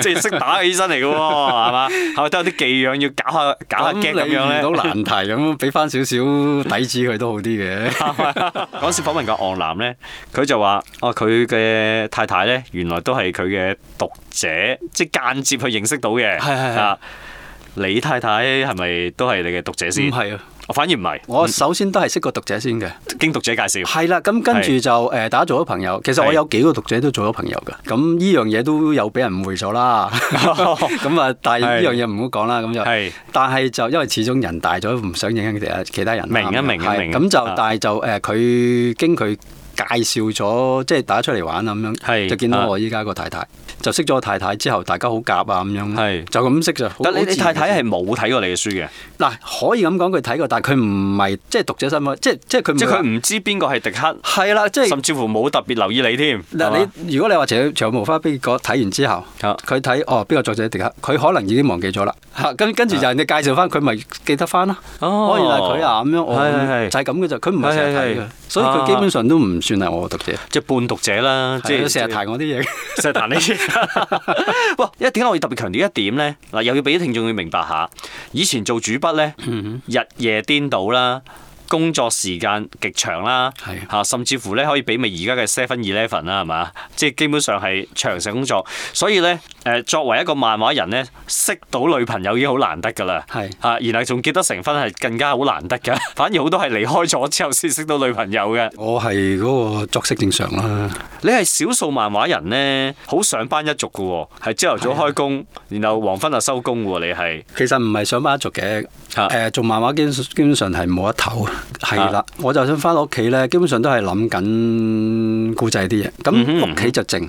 Speaker 2: 即係識打嘅醫生嚟嘅喎，係嘛？係咪都有啲技樣要搞下搞下 g 啊咁樣
Speaker 5: 到
Speaker 2: 咧？
Speaker 5: 難題 咁，俾翻少少底子佢都好啲嘅。
Speaker 2: 嗰時訪問個昂男咧，佢就話：哦，佢嘅太太咧，原來都係佢嘅讀者，即係間接去認識到嘅。
Speaker 5: 係係係
Speaker 2: 啊！你太太係咪都係你嘅讀者
Speaker 5: 唔
Speaker 2: 先？
Speaker 5: 係啊，
Speaker 2: 我反而唔係，嗯
Speaker 5: 我首先都係識個讀者先嘅。
Speaker 2: 經讀者介紹。
Speaker 5: 係啦，咁跟住就誒，大家做咗朋友。其實
Speaker 2: 係
Speaker 5: 我有幾個讀者都做咗朋友㗎。咁呢樣嘢都有俾人誤會 咗啦。咁啊，但係呢樣嘢唔好講啦。咁
Speaker 2: 係
Speaker 5: 就，但係就因為始終人大咗，唔想影響其他其他人啦。
Speaker 2: 明啊明啊
Speaker 5: 係
Speaker 2: 明啊
Speaker 5: 咁就
Speaker 2: 啊
Speaker 5: 但係就誒，佢經佢介紹咗，即係大家出嚟玩啊咁
Speaker 2: 係
Speaker 5: 樣，就見到
Speaker 2: 啊
Speaker 5: 我依家個太太，就識咗我太太之後，大家好夾啊咁
Speaker 2: 係
Speaker 5: 樣，就咁識咋。好
Speaker 2: 但你
Speaker 5: 好
Speaker 2: 你
Speaker 5: 自
Speaker 2: 太
Speaker 5: 然
Speaker 2: 太係冇睇過你嘅書嘅，
Speaker 5: 嗱，可以咁講，佢睇過，但係佢唔係即係讀者身份，即係即係佢唔
Speaker 2: 即係
Speaker 5: 係話
Speaker 2: 佢唔知邊個係迪克，
Speaker 5: 係啦，即係
Speaker 2: 甚至乎冇特別留意你添。係
Speaker 5: 嗱
Speaker 2: 嘛，
Speaker 5: 你如果你話長長毛花邊個睇完之後，
Speaker 2: 啊
Speaker 5: 佢睇哦邊個作者迪克，佢可能已經忘記咗啦。嚇，跟跟
Speaker 2: 啊
Speaker 5: 住就人哋介紹翻，佢咪記得翻啦。哦，原來佢啊咁樣，
Speaker 2: 係係係
Speaker 5: 哦就係咁嘅咋，佢唔係成日睇
Speaker 2: 係係係
Speaker 5: 嘅，所以佢基本上都唔算係我讀者，
Speaker 2: 即係半讀者啦，即
Speaker 5: 即
Speaker 2: 係
Speaker 5: 係成日提我啲嘢。
Speaker 2: 石壇呢？ 哇！因為點解我要特別強調一點咧？嗱，又要俾啲聽眾要明白下，以前做主筆咧，日夜顛倒啦。工作時間極長啦，
Speaker 5: 係
Speaker 2: 嚇，
Speaker 5: 啊
Speaker 2: 甚至乎咧可以媲美而家嘅 Seven Eleven 啦，係嘛？即係基本上係長時工作，所以咧誒、作為一個漫畫人咧，識到女朋友已經好難得㗎啦，
Speaker 5: 係
Speaker 2: 嚇，然後仲結得成婚係更加好難得㗎， 反而好多係離開咗之後先識到女朋友嘅。
Speaker 5: 我係嗰個作息正常啦，
Speaker 2: 你係少數漫畫人呢，好上班一族嘅喎、係朝頭早開工，然後黃昏就收工嘅喎，你係
Speaker 5: 其實唔係上班一族嘅。
Speaker 2: 嚇
Speaker 5: 誒、做漫畫基本基本上係冇得唞，係啦。我就想翻屋企咧，基本上都係諗緊故仔啲嘢。咁屋企就靜，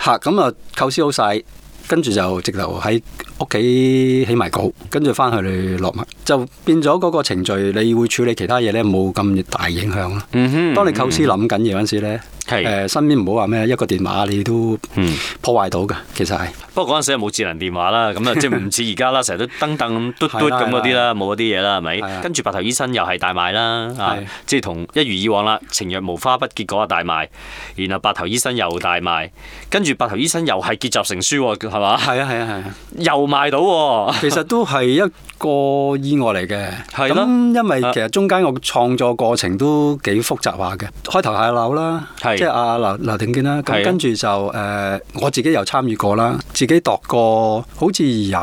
Speaker 5: 嚇咁啊構思好晒，跟住就直頭喺屋企起埋稿，跟住翻去落墨，就變咗嗰個程序，你會處理其他嘢咧冇咁大影響咯。
Speaker 2: 嗯哼，
Speaker 5: 當你構思諗緊嘢嗰陣時咧，
Speaker 2: 係
Speaker 5: 誒、身邊唔好話咩一個電話你都
Speaker 2: 嗯
Speaker 5: 破壞到嘅，其實係。
Speaker 2: 不過嗰陣時係冇智能電話啦， 咁啊即係唔似而家啦，成日都燈凳咁嘟嘟
Speaker 5: 係啦
Speaker 2: 咁嗰啲啦，冇嗰啲嘢啦，係
Speaker 5: 係
Speaker 2: 咪？
Speaker 5: 啊
Speaker 2: 跟住白頭醫生又係大賣啦，啊
Speaker 5: 係
Speaker 2: 即係同一如以往啦，情若無花不結果啊大賣，然後白頭醫生又大賣，跟住白頭醫生又係結集成書喎，係 嘛？
Speaker 5: 係啊係啊係啊，
Speaker 2: 又賣到喎，
Speaker 5: 其實都係一個意外嚟嘅。
Speaker 2: 係咯啊
Speaker 5: 咁因為其實中間我創作過程都幾複雜下嘅。開頭係阿柳啦，
Speaker 2: 係
Speaker 5: 即係阿劉劉定堅啦。
Speaker 2: 係啊
Speaker 5: 咁跟住就誒、呃我自己又參與過啦，自己度過好似廿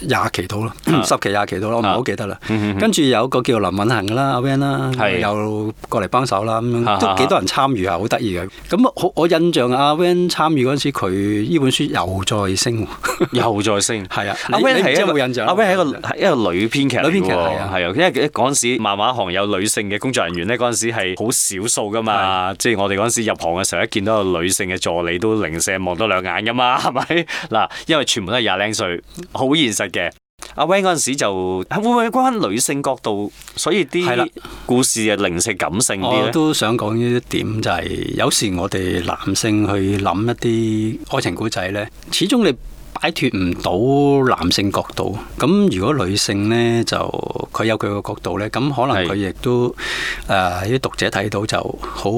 Speaker 5: 廿期到啦， 十期廿期到啦，我唔係好記得啦。
Speaker 2: 啊嗯嗯嗯
Speaker 5: 跟住有個叫林允行啦，阿 Van 啦
Speaker 2: 係，啊
Speaker 5: 又過嚟幫手啦，咁
Speaker 2: 哈哈
Speaker 5: 樣
Speaker 2: 哈
Speaker 5: 都幾多人參與啊，好得意嘅。咁我我印象阿 Van 參與嗰陣時，佢呢本書又再升喎。
Speaker 2: 又再升。
Speaker 5: 係啊，
Speaker 2: 阿
Speaker 5: 你
Speaker 2: Van
Speaker 5: 你唔
Speaker 2: 係
Speaker 5: 知有
Speaker 2: 一個
Speaker 5: 冇印象
Speaker 2: 阿 Van 係一個係一個女編劇嚟嘅
Speaker 5: 女編劇
Speaker 2: 喎，
Speaker 5: 係啊
Speaker 2: 係啊，因為嗰陣時漫畫行有女性嘅工作人員咧，嗰陣時係好少數噶嘛，即係我哋嗰陣時入行嘅時候，一見到有女性嘅助理都零舍望多兩眼噶嘛， 係咪？嗱，因為全部都係廿零歲，好現實嘅。阿 Van 嗰陣時就會唔會關女性角度，所以
Speaker 5: 係啦哦
Speaker 2: 啲故事係零舍感性啲
Speaker 5: 我
Speaker 2: 咧？
Speaker 5: 都想講呢一點就係、有時我哋男性去諗一啲愛情故仔呢，始終你擺脱唔到男性角度。咁如果女性呢，就佢有佢個角度呢，咁可能
Speaker 2: 係
Speaker 5: 佢亦都誒啲、讀者睇到就好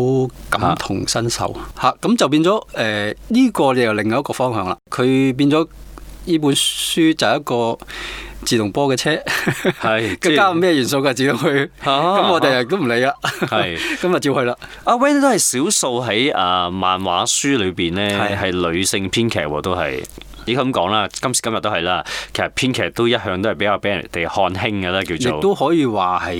Speaker 5: 感同身受嚇，咁、就變咗誒呢個你又另外一個方向啦。佢變咗呢本書就係一個自動波嘅車，
Speaker 2: 係即係
Speaker 5: 佢加入咩元素嘅自動去，咁、
Speaker 2: 啊
Speaker 5: 我哋都唔理啦。
Speaker 2: 係。
Speaker 5: 咁啊，照去啦。
Speaker 2: 阿 Van 都係少數喺啊漫畫書裏邊咧
Speaker 5: 係
Speaker 2: 係女性編劇喎，都係。依家咁講啦，今時今日都係啦。其實編劇都一向都係比較俾人哋看輕嘅啦，
Speaker 5: 亦
Speaker 2: 叫做。
Speaker 5: 都可以話係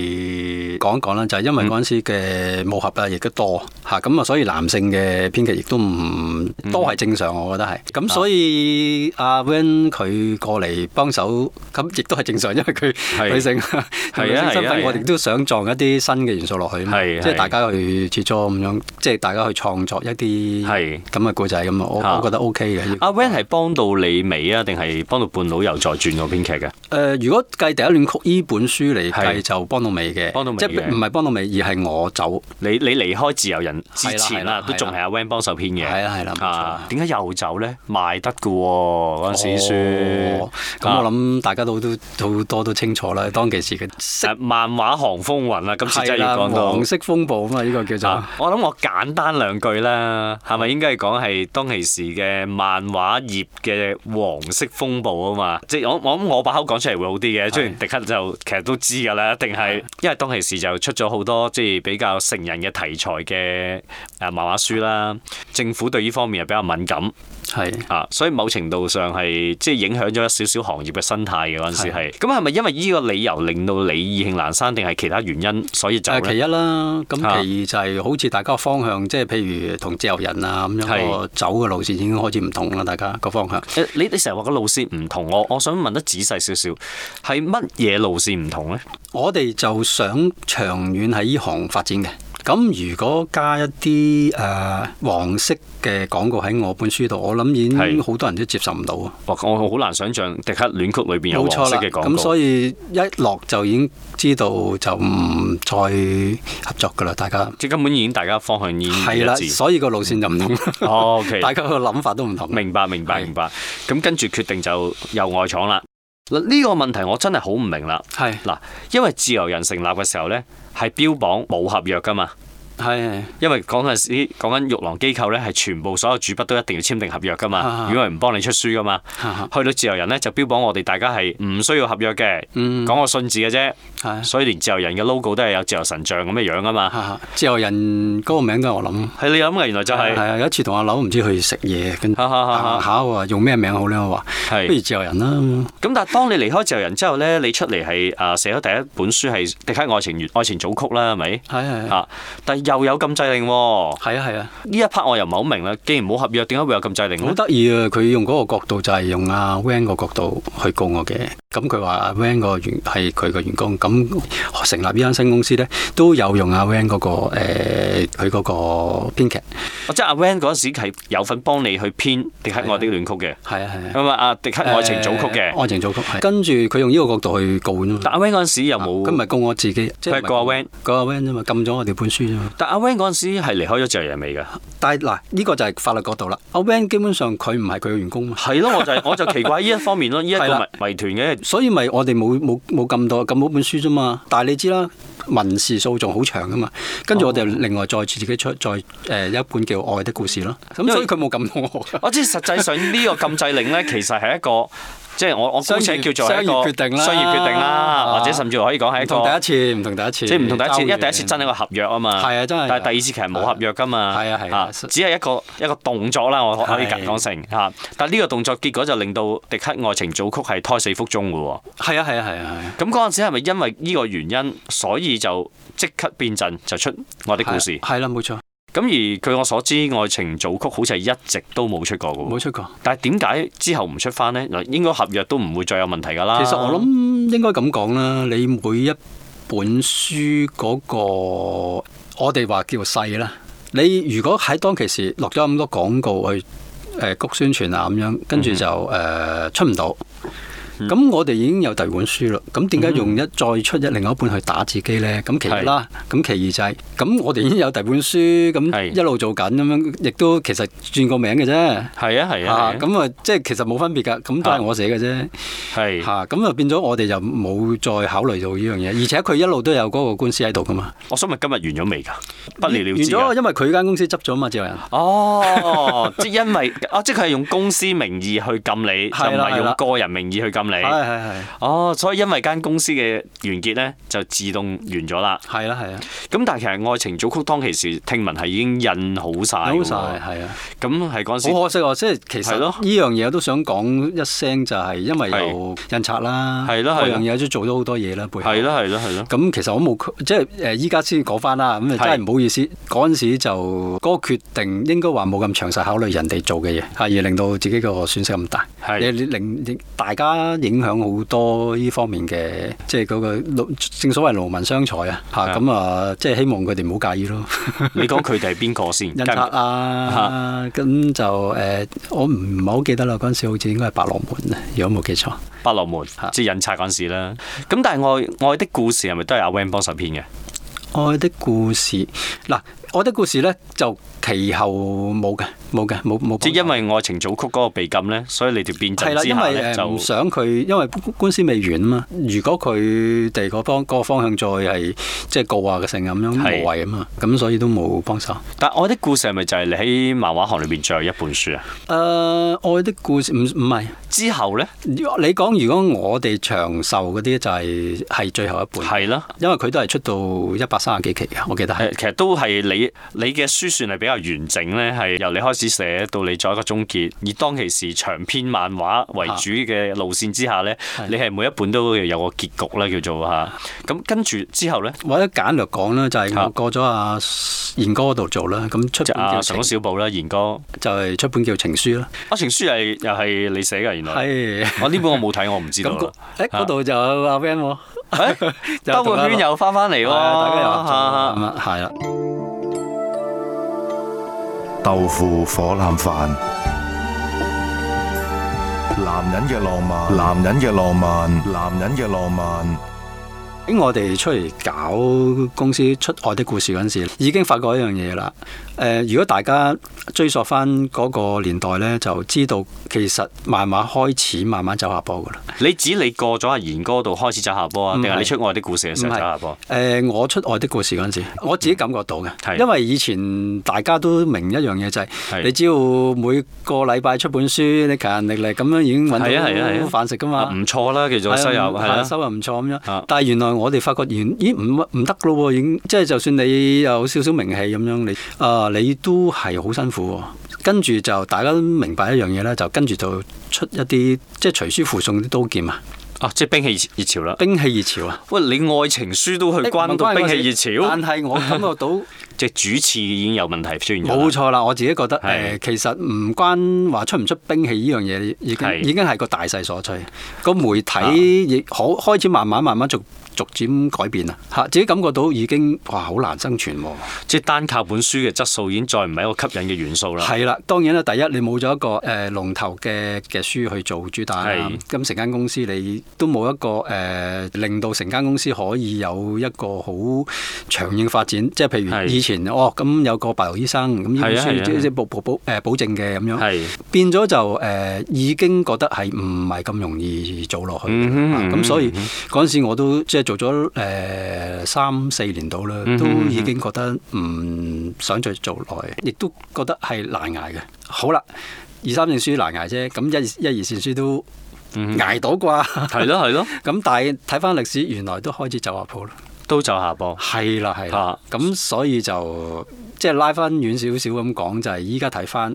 Speaker 5: 講一講啦，就係、因為嗰陣時嘅武俠啊，亦都多嚇，咁啊，所以男性嘅編劇亦都唔
Speaker 2: 嗯
Speaker 5: 多係正常，我覺得係。咁
Speaker 2: 啊
Speaker 5: 所以阿 Van 佢過嚟幫手，咁亦都係正常，因為
Speaker 2: 係
Speaker 5: 佢女性，
Speaker 2: 啊
Speaker 5: 係女性身
Speaker 2: 係啊
Speaker 5: 份，我哋都想撞一啲新嘅元素落去啊嘛，
Speaker 2: 係
Speaker 5: 即係
Speaker 2: 係
Speaker 5: 大家去切磋咁樣，即係大家去創作一啲
Speaker 2: 係
Speaker 5: 咁嘅故仔咁啊，我
Speaker 2: 啊
Speaker 5: 我覺得 OK 嘅。
Speaker 2: 阿 Van 係幫到你尾啊，定係幫到半佬又再轉個編劇嘅？
Speaker 5: 誒、呃如果計第一戀曲呢本書嚟
Speaker 2: 係
Speaker 5: 計，就幫到尾嘅，
Speaker 2: 幫到尾
Speaker 5: 即
Speaker 2: 嘅
Speaker 5: 係唔係幫到尾，而係我走，
Speaker 2: 你你離開自由人之前
Speaker 5: 係啦
Speaker 2: 啦
Speaker 5: 係，啦
Speaker 2: 都仲係阿 Van 幫手編嘅。
Speaker 5: 係啦係啦冇錯
Speaker 2: 啊，點解又走咧？賣得嘅喎，嗰陣時
Speaker 5: 哦
Speaker 2: 書。
Speaker 5: 咁、
Speaker 2: 啊
Speaker 5: 我諗大家都都好多都清楚啦，當其時嘅色
Speaker 2: 誒漫畫行風雲啊啦，今次真係啊要
Speaker 5: 啦，
Speaker 2: 講到
Speaker 5: 黃。色風暴啊嘛，呢、個叫做。
Speaker 2: 啊我諗我簡單兩句啦，係咪應該係講係當其時嘅漫畫業嘅黃色風暴啊嘛？即係我我諗我把口講出嚟會好啲嘅，雖然迪克就其實都知㗎啦，一定係因為當其時就出咗好多即係比較成人嘅題材嘅誒漫畫書啦，政府對呢方面係比較敏感。
Speaker 5: 係
Speaker 2: 啊，所以某程度上係即係影響咗少少行業嘅生態嘅嗰陣時係，咁係咪因為呢個理由令到你意興闌珊，定係其他原因所以走
Speaker 5: 誒
Speaker 2: 呢
Speaker 5: 啊其一啦，咁
Speaker 2: 啊
Speaker 5: 其二就係好似大家個方向，即係譬如同自由人啊咁樣
Speaker 2: 係
Speaker 5: 個走嘅路線已經開始唔同啦，大家個方向。
Speaker 2: 誒你你成日話個路線唔同，我我想問得仔細少少，係乜嘢路線唔同呢？
Speaker 5: 我哋就想長遠喺呢行發展嘅。咁如果加一啲誒、呃黃色嘅廣告喺我本書度，我諗已
Speaker 2: 係
Speaker 5: 經好多人都接受唔到啊！
Speaker 2: 哇我我好難想像迪克戀曲裏邊有
Speaker 5: 冇
Speaker 2: 黃
Speaker 5: 錯
Speaker 2: 色
Speaker 5: 啦，
Speaker 2: 嘅廣
Speaker 5: 咁所
Speaker 2: 告。
Speaker 5: 以一落就已經知道就唔再合作噶啦，大家
Speaker 2: 即係根本已經大家方向已經唔
Speaker 5: 係啦，
Speaker 2: 一致。
Speaker 5: 所以個路線就唔同，
Speaker 2: 哦，OK，
Speaker 5: 大家個諗法都唔同。
Speaker 2: 明白明白
Speaker 5: 係
Speaker 2: 明白。咁跟住決定就又外闖啦。嗱呢個問題我真係好唔明啦。
Speaker 5: 係
Speaker 2: 嗱，因為自由人成立嘅時候呢，係標榜冇合約噶嘛。
Speaker 5: 係
Speaker 2: 因為講陣時講緊玉郎機構咧，係全部所有主筆都一定要簽訂合約噶嘛，
Speaker 5: 啊
Speaker 2: 如果係唔幫你出書噶嘛。
Speaker 5: 係
Speaker 2: 去到自由人咧就標榜我哋大家係唔需要合約嘅，
Speaker 5: 嗯啊
Speaker 2: 講個信字嘅啫，
Speaker 5: 係
Speaker 2: 所以連自由人嘅 logo 都係有自由神像咁嘅樣啊嘛。
Speaker 5: 係自由人嗰個名都係我諗。
Speaker 2: 係你諗嘅，原來就
Speaker 5: 係
Speaker 2: 係
Speaker 5: 啊！有一次同阿柳唔知去食嘢，跟住
Speaker 2: 哈哈哈哈
Speaker 5: 行下我話用咩名好咧？我話
Speaker 2: 係
Speaker 5: 不如自由人啦。
Speaker 2: 咁。但係當你離開自由人之後咧，你出嚟係啊寫咗第一本書係《迪克愛情月愛情組曲》啦，係咪？
Speaker 5: 係係係
Speaker 2: 嚇！但係又有禁制令喎，
Speaker 5: 係啊係啊，
Speaker 2: 呢一 part 我又唔係好明啦。既然冇合約，點解會有禁制令
Speaker 5: 好
Speaker 2: 咧？
Speaker 5: 得意啊！佢用嗰個角度就係用阿 Van 個角度去告我嘅。咁佢話阿 Van 個員係佢個員工，咁成立呢間新公司咧，都有用阿 Van 嗰、個誒佢嗰個編劇，
Speaker 2: 我即係阿 Van 嗰陣時係有份幫你去編《迪克愛的戀曲》嘅，
Speaker 5: 係啊係啊，
Speaker 2: 咁啊阿迪克愛情組曲嘅。
Speaker 5: 誒愛情組曲，係跟住佢用呢個角度去告啫嘛。
Speaker 2: 但阿 Van 嗰陣時有
Speaker 5: 佢唔
Speaker 2: 冇？
Speaker 5: 係告我自己，啊即
Speaker 2: 佢係告阿 Van
Speaker 5: 告阿 Van 啫嘛，禁咗我哋本書啫嘛。
Speaker 2: 但阿 Van 嗰陣時係離開咗鄭人未㗎。
Speaker 5: 但係嗱，呢、個就係法律角度啦。阿 Van 基本上佢唔係佢嘅員工嘛，
Speaker 2: 係咯，我就係我就奇怪呢一方 面咯，呢一個
Speaker 5: 係啦
Speaker 2: 謎謎團嘅。
Speaker 5: 所以咪我哋冇冇冇咁多咁冇本書啫嘛。但係你知啦，民事訴訟好長噶嘛，跟住我
Speaker 2: 哦
Speaker 5: 哋另外再自己出再誒、呃一本叫《愛的故事》咯。咁
Speaker 2: 為
Speaker 5: 所以佢冇咁到我㗎。
Speaker 2: 我知實際上呢個禁制令咧，其實係一個即係我我姑且叫做係一個
Speaker 5: 商業決定啦
Speaker 2: 商業決定啦，
Speaker 5: 啊
Speaker 2: 或者甚至可以講係一
Speaker 5: 唔同第一
Speaker 2: 個
Speaker 5: 次，唔同第一次，
Speaker 2: 即係唔同第一次，
Speaker 5: 交
Speaker 2: 因
Speaker 5: 易
Speaker 2: 為第一次真係一個合約啊嘛。
Speaker 5: 係啊真係
Speaker 2: 但係第二次其實冇合約㗎嘛。
Speaker 5: 係啊係啊
Speaker 2: 只係一個一個動作啦，我可可以
Speaker 5: 係
Speaker 2: 咁講成嚇。但係呢個動作結果就令到迪克愛情組曲係胎死腹中㗎喎。
Speaker 5: 係啊係啊係啊係啊。
Speaker 2: 咁嗰陣時係咪因為呢個原因，所以就即刻變陣就出我的故事？
Speaker 5: 係啦，冇錯，
Speaker 2: 咁而據我所知，愛情組曲好似係一直都冇出過嘅
Speaker 5: 冇
Speaker 2: 喎。
Speaker 5: 出過。
Speaker 2: 但係點解之後唔出翻呢？嗱，應該合約都唔會再有問題㗎啦。
Speaker 5: 其實我諗
Speaker 2: 啊
Speaker 5: 應該咁講啦，你每一本書嗰、個，我哋話叫細啦。你如果喺當其時落咗咁多廣告去誒谷、宣傳啊咁樣，
Speaker 2: 嗯
Speaker 5: 跟住就誒、呃出唔到。咁、我哋已經有第二本書啦，咁
Speaker 2: 嗯
Speaker 5: 點解用一再出一另外一本去打自己呢？咁其一啦，咁其二就係、咁我哋已經有第二本書，
Speaker 2: 係
Speaker 5: 咁一路做緊咁樣，亦都其實轉個名嘅啫。
Speaker 2: 係啊係啊
Speaker 5: 啊，
Speaker 2: 係啊
Speaker 5: 咁啊，即係其實冇分別㗎，咁都係我寫嘅啫。
Speaker 2: 係
Speaker 5: 嚇，咁啊變咗我哋就冇再考慮到呢樣嘢，而且佢一路都有嗰個官司喺度噶嘛，
Speaker 2: 我想問今日完咗未㗎？不了了
Speaker 5: 完
Speaker 2: 之啊
Speaker 5: 咗，啊
Speaker 2: 㗎。
Speaker 5: 因為佢間公司執咗嘛，趙人。
Speaker 2: 哦，即係因為 啊，即係佢係用公司名義去禁你，就
Speaker 5: 係
Speaker 2: 唔
Speaker 5: 啦
Speaker 2: 係
Speaker 5: 係
Speaker 2: 用
Speaker 5: 啦
Speaker 2: 個人名義去禁
Speaker 5: 係
Speaker 2: 你。
Speaker 5: 係係，
Speaker 2: 哦，所以因為間公司嘅完結呢，就自動完咗啦。
Speaker 5: 係啦係啊，
Speaker 2: 咁但係其實愛情組曲當其時聽聞係已經印好晒㗎
Speaker 5: 有
Speaker 2: 喎，
Speaker 5: 晒係啊，
Speaker 2: 咁係嗰陣時
Speaker 5: 好可惜喎，即係其
Speaker 2: 係
Speaker 5: 實
Speaker 2: 咯
Speaker 5: 呢樣嘢我都想講一聲，就係因為有印刷啦，
Speaker 2: 係咯係咯
Speaker 5: 嗰樣嘢都做咗好多嘢啦，背後
Speaker 2: 係。啦係啦係啦。
Speaker 5: 咁其實我冇即係誒，依家先講翻啦，咁啊真
Speaker 2: 係
Speaker 5: 係唔好意思，嗰陣時就嗰、個決定應該話冇咁詳細考慮人哋做嘅嘢，嚇啊而令到自己個損失咁大，
Speaker 2: 係
Speaker 5: 你你令大家影響好多呢方面嘅，即係嗰個勞正所謂勞民傷財啊，
Speaker 2: 係
Speaker 5: 嚇咁啊，即係希望佢哋唔好介 意咯，
Speaker 2: 你講佢哋係邊個先？
Speaker 5: 印刷啊，咁就誒、我唔唔係好記得啦，嗰陣時好似應該係百樂門啊，如果冇記錯，
Speaker 2: 百樂門
Speaker 5: 嚇
Speaker 2: 即係印刷嗰陣時啦。咁但係愛愛的故事係咪都係阿 Van 幫手編嘅？
Speaker 5: 《愛的故事》嗱，《愛的故事》咧就其後冇嘅，冇嘅，冇冇。
Speaker 2: 即係因為愛情組曲嗰個被禁咧，所以你條變
Speaker 5: 係
Speaker 2: 陣
Speaker 5: 啦，
Speaker 2: 之
Speaker 5: 因
Speaker 2: 下
Speaker 5: 為嗯
Speaker 2: 咧
Speaker 5: 誒
Speaker 2: 就
Speaker 5: 唔想佢，因為官司未完啊嘛。如果佢哋嗰方嗰個方向再係即係告啊嘅成咁樣
Speaker 2: 係
Speaker 5: 無謂啊嘛，咁所以都冇幫手。
Speaker 2: 但愛的故事係咪就係你喺漫畫行裏邊最後一本書啊？
Speaker 5: 誒、愛的故事》唔唔係
Speaker 2: 之後咧
Speaker 5: 你講，如果我哋長壽嗰啲就係、係最後一本，
Speaker 2: 係啦，
Speaker 5: 因為佢都係出到一百三十幾期嘅，我記得係
Speaker 2: 誒。其實都係你你嘅書算係比較完整咧，係由你開始寫到你做一個終結。而當其時長篇漫畫為主嘅路線之下咧，你係每一本都有個結局啦，叫做嚇。咁跟住之後咧，
Speaker 5: 或者簡略講啦，就係、
Speaker 2: 啊
Speaker 5: 我過咗阿賢哥嗰度做啦，咁出
Speaker 2: 就
Speaker 5: 本
Speaker 2: 阿
Speaker 5: 叫
Speaker 2: 神
Speaker 5: 情
Speaker 2: 功啊小寶啦，賢哥。
Speaker 5: 就係出本叫情書啦，
Speaker 2: 啊，情書係又係你寫㗎，原來。
Speaker 5: 係
Speaker 2: 我呢本我冇哦睇，我唔知道
Speaker 5: 咁
Speaker 2: 啦
Speaker 5: 嗰。誒嗰度就有阿 Van 喎，
Speaker 2: 誒 兜個圈又翻翻嚟喎，
Speaker 5: 係啊大家又合作
Speaker 2: 啊
Speaker 5: 咁啊，係啦。
Speaker 8: 豆腐火腩飯，男人嘅浪漫，男人嘅浪漫，男人嘅浪漫。
Speaker 5: 喺我哋出嚟搞公司出《愛的故事》嗰陣時，已經發覺一樣嘢啦。誒、如果大家追溯翻嗰個年代呢，就知道其實慢慢開始慢慢走下坡噶啦。
Speaker 2: 你指你過咗阿賢哥度開始走下坡啊？
Speaker 5: 嗯唔係
Speaker 2: 定係你出愛的故事嘅時候走下坡？
Speaker 5: 誒、呃我出《愛的故事》嗰陣時，我自己感覺到
Speaker 2: 嗯係
Speaker 5: 嘅，因為以前大家都明一樣嘢就係、
Speaker 2: 係
Speaker 5: 你只要每個禮拜出本書，你勤勤力力咁樣已經揾
Speaker 2: 係啊係啊係啊
Speaker 5: 到飯食噶嘛
Speaker 2: 啊。唔錯啦，叫做收入
Speaker 5: 係啊
Speaker 2: 係
Speaker 5: 係啊
Speaker 2: 啦。
Speaker 5: 收入唔錯咁
Speaker 2: 啊
Speaker 5: 樣。但係原來我哋發覺原咦唔唔得咯喎，已經即係就算你有少少名氣咁樣，你啊你都係好辛苦喎。跟住就大家都明白一樣嘢咧，就跟住就出一啲即係隨書附送啲刀劍啊，
Speaker 2: 啊，即係兵器熱潮啦。
Speaker 5: 冰氣熱潮啊！
Speaker 2: 喂，你愛情書都去關到兵器熱潮，
Speaker 5: 但係我感覺到。
Speaker 2: 即係主次已經有問題出現咗啦。
Speaker 5: 冇錯啦，我自己覺得誒、
Speaker 2: 係
Speaker 5: 其實唔關話出唔出兵器呢樣嘢，已
Speaker 2: 係啊
Speaker 5: 經已經係個大勢所趨。個媒體亦可開始慢慢慢慢逐逐漸改變啦嚇，自己感覺到已經哇好難生存喎。
Speaker 2: 即係單靠本書嘅質素已經再唔係一個吸引嘅元素啦。
Speaker 5: 係啦，當然啦，第一你冇咗一個誒、呃、龍頭嘅嘅書去做主打啦
Speaker 2: 係，
Speaker 5: 咁成間公司你都冇一個誒、呃令到成間公司可以有一個好長遠嘅發展，即係譬
Speaker 2: 係
Speaker 5: 如以前哦咁有個白牛醫生咁呢本
Speaker 2: 係啊係
Speaker 5: 書
Speaker 2: 啊
Speaker 5: 即即保保保誒保證嘅咁樣，
Speaker 2: 係
Speaker 5: 變咗就誒、呃已經覺得係唔係咁容易做落去嘅
Speaker 2: 嗯哼
Speaker 5: 啊
Speaker 2: 嗯
Speaker 5: 咁、
Speaker 2: 哼
Speaker 5: 所以嗰陣時我都即係做咗誒、呃三四年到啦，
Speaker 2: 嗯
Speaker 5: 都已經覺得唔想再做落去，亦都覺得係難捱嘅。好啦，二三線書難捱啫，咁一一二線書都
Speaker 2: 嗯
Speaker 5: 捱到啩。
Speaker 2: 係咯係咯，
Speaker 5: 咁但係睇翻歷史，原來都開始走下坡啦。
Speaker 2: 都走下坡。
Speaker 5: 係啦，係啦
Speaker 2: 啊。
Speaker 5: 咁所以就即係拉翻遠少少咁講，就係依家睇翻，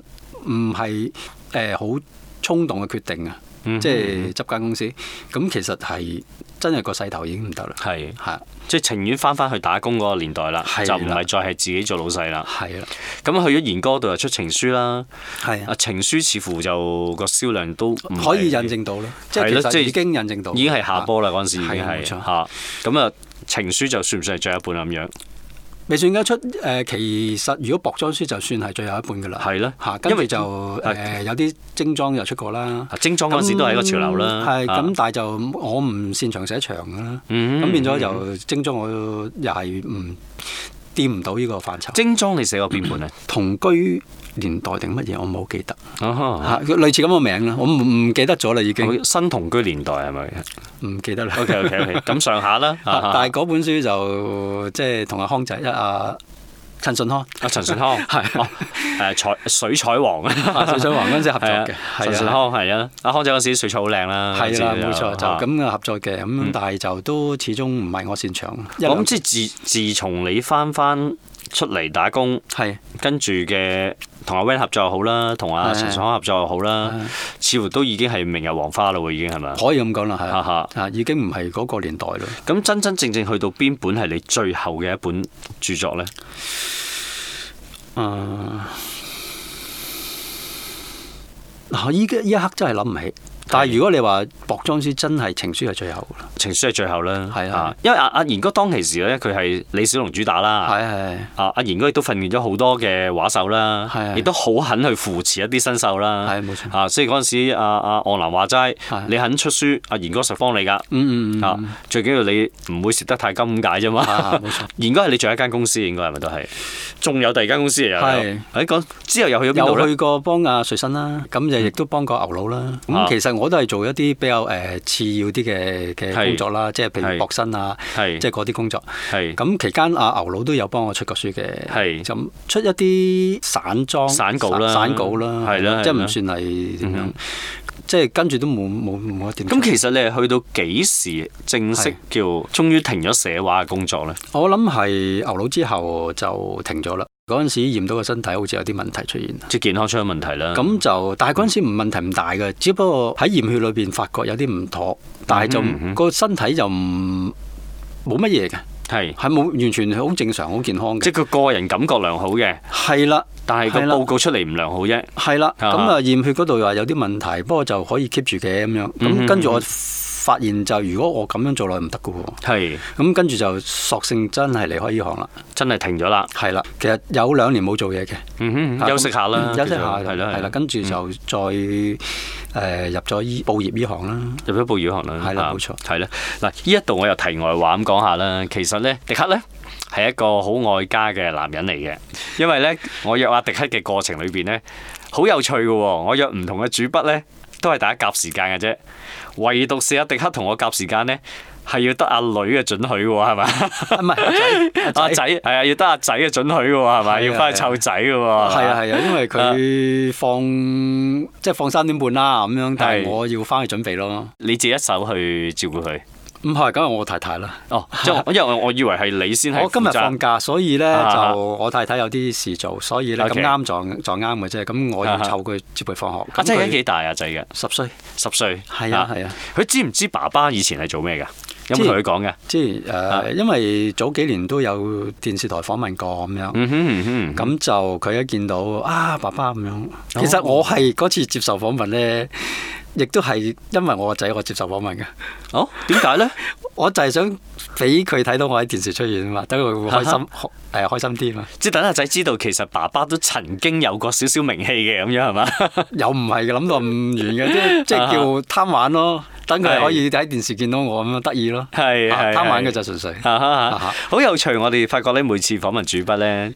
Speaker 5: 唔係誒好衝動嘅決定啊。
Speaker 2: 嗯
Speaker 5: 即係執間公司，咁其實係真係個勢頭已經唔得啦。
Speaker 2: 係
Speaker 5: 係
Speaker 2: 即係情願翻翻去打工嗰個年代啦，
Speaker 5: 係啦
Speaker 2: 就唔係再係自己做老細啦。
Speaker 5: 係啦，
Speaker 2: 咁去咗賢哥度又出情書啦，
Speaker 5: 係
Speaker 2: 啊情書似乎就個銷量都唔係
Speaker 5: 可以印證到啦，即係
Speaker 2: 嗯係咯
Speaker 5: 其
Speaker 2: 即係
Speaker 5: 實已經印證到，啊
Speaker 2: 已經係下波啦，嗰陣時已經
Speaker 5: 係
Speaker 2: 係
Speaker 5: 冇錯
Speaker 2: 嚇。咁啊情書就算唔算係最後一半咁樣？
Speaker 5: 未算而家出誒、呃其實如果薄裝書就算係最後一半噶啦，
Speaker 2: 係咯
Speaker 5: 嚇，
Speaker 2: 因
Speaker 5: 跟住
Speaker 2: 為
Speaker 5: 就誒、呃有啲精裝又出過啦嗯
Speaker 2: 啊，精裝嗰陣時都係一個潮流啦。
Speaker 5: 係
Speaker 2: 啊
Speaker 5: 咁，但係就我唔擅長寫長噶啦，
Speaker 2: 嗯
Speaker 5: 咁變咗就精裝我又係唔掂唔到呢個範疇。即
Speaker 2: 精裝你寫過邊本啊？
Speaker 5: 同居年代定乜嘢，我唔係好記得
Speaker 2: 啊哈
Speaker 5: 嗯嚇，類似咁嘅名啦，我唔唔記得咗啦已經，
Speaker 2: 新同居年代係咪
Speaker 5: 唔記得啦。
Speaker 2: ？OK OK OK，咁上下啦。啊
Speaker 5: 啊但係嗰本書就即係同阿康仔啊陳 信康。
Speaker 2: 啊阿陳順康係哦，誒彩水彩王
Speaker 5: 啊水水王嗰陣時合作
Speaker 2: 係啊
Speaker 5: 嘅，
Speaker 2: 陳
Speaker 5: 係
Speaker 2: 順
Speaker 5: 啊，
Speaker 2: 康係啊，阿康仔嗰時水彩好靚啦，
Speaker 5: 係啦，
Speaker 2: 我知道
Speaker 5: 冇錯，就
Speaker 2: 啊嗯
Speaker 5: 咁嘅合作嘅，咁但係就都始終唔係我擅長。
Speaker 2: 我諗即係自自從你翻翻出嚟打工，
Speaker 5: 係
Speaker 2: 跟住嘅同阿 Van 合作又好啦，同阿
Speaker 5: 係
Speaker 2: 陳順康合作又好啦，似乎都已經係明日黃花啦喎，已經係咪？
Speaker 5: 可以咁講啦，係
Speaker 2: 哈
Speaker 5: 啊
Speaker 2: 哈
Speaker 5: 啊，已經唔係嗰個年代咯。
Speaker 2: 咁真真正正去到邊本係你最後嘅一本著作呢？
Speaker 5: 啊，嗱，依家依一刻真係諗唔起。但係如果你話薄裝書真係情書係最後啦，
Speaker 2: 情書係最後啦，
Speaker 5: 係啊
Speaker 2: 啊，因為阿阿賢哥當其時咧，佢係李小龍主打啦，
Speaker 5: 係係
Speaker 2: 啊！阿賢哥亦都訓練咗好多嘅畫手啦
Speaker 5: 係，係
Speaker 2: 亦都好肯去扶持一啲新手啦。
Speaker 5: 係冇錯
Speaker 2: 啊，所以嗰陣時，阿阿昂南話齋
Speaker 5: 係，
Speaker 2: 你肯出書，阿賢哥實幫你㗎。
Speaker 5: 嗯嗯嗯
Speaker 2: 啊，最緊要你唔會蝕得太金咁解啫嘛
Speaker 5: 啊冇錯。
Speaker 2: 賢哥係你最後一間公司，應該係咪都係？仲有第二間公司又有。
Speaker 5: 係
Speaker 2: 誒講之後又去咗邊度
Speaker 5: 有
Speaker 2: 咧？
Speaker 5: 去過幫阿瑞新啦，咁就亦都幫過牛佬啦。
Speaker 2: 啊
Speaker 5: 咁其實我都係做一啲比較誒次要啲嘅嘅
Speaker 2: 係
Speaker 5: 工作啦，即係譬
Speaker 2: 係
Speaker 5: 如博新啊，
Speaker 2: 係
Speaker 5: 即係嗰啲工作。
Speaker 2: 係
Speaker 5: 咁期間阿牛佬都有幫我出過書嘅，
Speaker 2: 係
Speaker 5: 咁出一啲散裝、
Speaker 2: 散稿啦
Speaker 5: 散稿啦，
Speaker 2: 係啦
Speaker 5: 即係
Speaker 2: 係啦
Speaker 5: 唔算係點樣，即係跟住都冇冇冇一點。
Speaker 2: 咁其實你係去到幾時正式
Speaker 5: 係
Speaker 2: 叫終於停咗寫畫嘅工作咧？
Speaker 5: 我諗係牛佬之後就停咗啦。嗰陣時驗到個身體好似有啲問題出現。
Speaker 2: 即係健康出咗問題啦。
Speaker 5: 咁就，但係嗰陣時唔問題唔大嘅，只不過喺驗血裏邊發覺有啲唔妥，但係就
Speaker 2: 嗯哼
Speaker 5: 個身體就唔冇乜嘢嘅，
Speaker 2: 係
Speaker 5: 係冇完全係好正常、好健康
Speaker 2: 即
Speaker 5: 嘅。
Speaker 2: 係佢個人感覺良好嘅，
Speaker 5: 係啦，
Speaker 2: 但係個
Speaker 5: 係啦
Speaker 2: 報告出嚟唔良好啫。
Speaker 5: 係啦，
Speaker 2: 啊
Speaker 5: 咁啊驗血嗰度又話有啲問題，不過就可以 keep 住嘅咁樣。
Speaker 2: 嗯哼
Speaker 5: 咁跟住我發現就如果我咁樣做落去唔得嘅喎，
Speaker 2: 係
Speaker 5: 咁跟住就索性真係離開呢行啦。
Speaker 2: 真係停咗啦。
Speaker 5: 係啦，其實有兩年冇做嘢嘅。
Speaker 2: 嗯
Speaker 5: 啊
Speaker 2: 哼，休息下啦，
Speaker 5: 咁休息下
Speaker 2: 叫做係啦，嗯
Speaker 5: 係
Speaker 2: 係
Speaker 5: 啦，
Speaker 2: 啦，
Speaker 5: 跟住就再誒、呃入咗醫報業呢 行啦，
Speaker 2: 入咗報業行啦，
Speaker 5: 係啦
Speaker 2: 啊
Speaker 5: 冇錯
Speaker 2: 係啦。嗱，呢一度我又題外話咁講下啦。其實咧，迪克咧係一個好愛家嘅男人嚟嘅，因為咧，我約阿迪克嘅過程裏邊咧，好有趣嘅喎。我約唔同嘅主筆咧，都係大家夾時間嘅啫，唯獨是阿迪克同我夾時間咧。係要得阿女嘅准許喎， 係咪？
Speaker 5: 啊唔係
Speaker 2: 阿仔係啊，要得阿仔嘅准許嘅喎，係咪？
Speaker 5: 係啊
Speaker 2: 要翻去湊仔嘅喎。
Speaker 5: 係啊係啊，因為佢放即係放三點半啦咁樣，但係
Speaker 2: 係
Speaker 5: 我要翻去準備咯。
Speaker 2: 你自己一手去照顧佢，
Speaker 5: 唔係，梗係我太太啦。
Speaker 2: 哦，即係我因為我以為係你先係
Speaker 5: 我今日
Speaker 2: 負責
Speaker 5: 放假，所以咧
Speaker 2: 啊
Speaker 5: 就我太太有啲事做，所以咧咁
Speaker 2: OK
Speaker 5: 啱撞撞啱嘅啫。咁我要
Speaker 2: 啊哈
Speaker 5: 湊佢接佢放學。
Speaker 2: 啊，即係而家
Speaker 5: 佢
Speaker 2: 幾大啊仔嘅？
Speaker 5: 十歲，
Speaker 2: 十歲。
Speaker 5: 係啊係啊。
Speaker 2: 佢知唔知爸爸以前係做咩㗎？有冇
Speaker 5: 知
Speaker 2: 同佢講嘅？
Speaker 5: 即係
Speaker 2: 啊
Speaker 5: 誒，因為早幾年都有電視台訪問過咁樣。
Speaker 2: 嗯哼嗯哼，
Speaker 5: 咁就佢一見到啊爸爸咁
Speaker 2: 哦
Speaker 5: 樣，其實我係嗰次接受訪問咧，亦都係因為我個仔我接受訪問嘅，
Speaker 2: 哦，點解咧？
Speaker 5: 我就係想俾佢睇到我喺電視出現啊嘛，等佢會開心誒開心啲嘛。
Speaker 2: 即係等阿仔知道，其實爸爸都曾經有過少少名氣嘅咁樣係嘛？
Speaker 5: 又唔係嘅諗到咁遠嘅，即係即係叫貪玩咯。等佢
Speaker 2: 啊係
Speaker 5: 可以喺電視見到我咁樣得意咯。
Speaker 2: 係
Speaker 5: 啊
Speaker 2: 係
Speaker 5: 貪玩嘅
Speaker 2: 係
Speaker 5: 就純粹。
Speaker 2: 啊哈
Speaker 5: 啊哈
Speaker 2: 好有趣，我哋發覺咧，每次訪問主筆咧。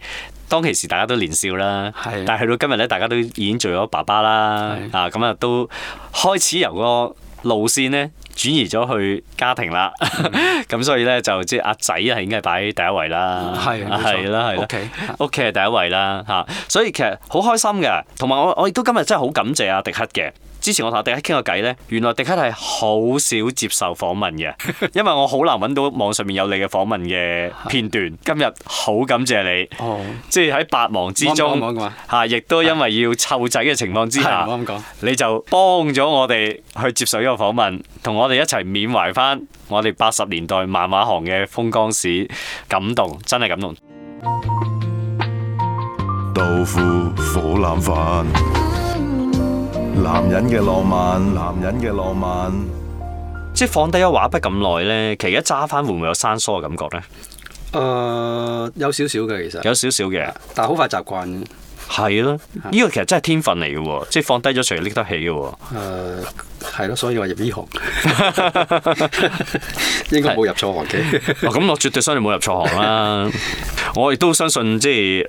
Speaker 2: 當其時大家都年少啦
Speaker 5: 係，
Speaker 2: 但係去到今日咧，大家都已經做咗爸爸啦，
Speaker 5: 係
Speaker 2: 啊咁啊都開始由個路線咧轉移咗去家庭啦，
Speaker 5: 嗯
Speaker 2: 咁、所以咧就即係阿仔係應該係擺第一位啦，
Speaker 5: 係冇錯
Speaker 2: 係啦係啦
Speaker 5: 屋企
Speaker 2: 屋企係第一位啦嚇，所以其實好開心嘅，同埋我我亦都今日真係好感謝阿迪克嘅。之前我同阿迪克傾過偈呢，原來迪克係好少接受訪問 嘅，因為我好難揾到網上面有你嘅訪問嘅片段。今日好感謝你，
Speaker 5: 哦，
Speaker 2: 即係喺百忙之
Speaker 5: 我唔講我唔
Speaker 2: 中
Speaker 5: 講
Speaker 2: 嚇，亦都因為要湊仔嘅情況之
Speaker 5: 係
Speaker 2: 下
Speaker 5: 唔好咁講，
Speaker 2: 你就幫咗我哋去接受呢個訪問，同我哋一齊緬懷翻我哋八十年代漫畫行嘅風光史，感動真係感動。
Speaker 8: 豆腐火腩飯，男人嘅浪漫，男人嘅浪漫，
Speaker 2: 即係放低咗畫筆咁耐呢，其實而家揸翻會唔會有生疏嘅感覺呢？
Speaker 5: 誒呃有少少嘅其實，
Speaker 2: 有少少嘅，
Speaker 5: 但係好快習慣嘅。
Speaker 2: 係咯。呢個其實真係天分嚟嘅喎，即係放低咗隨拎得起嘅喎。
Speaker 5: 誒呃係咯，所以我入 呢行應該冇入錯行嘅。
Speaker 2: 哦咁我絕對相信冇入錯行啦。我亦都相信即係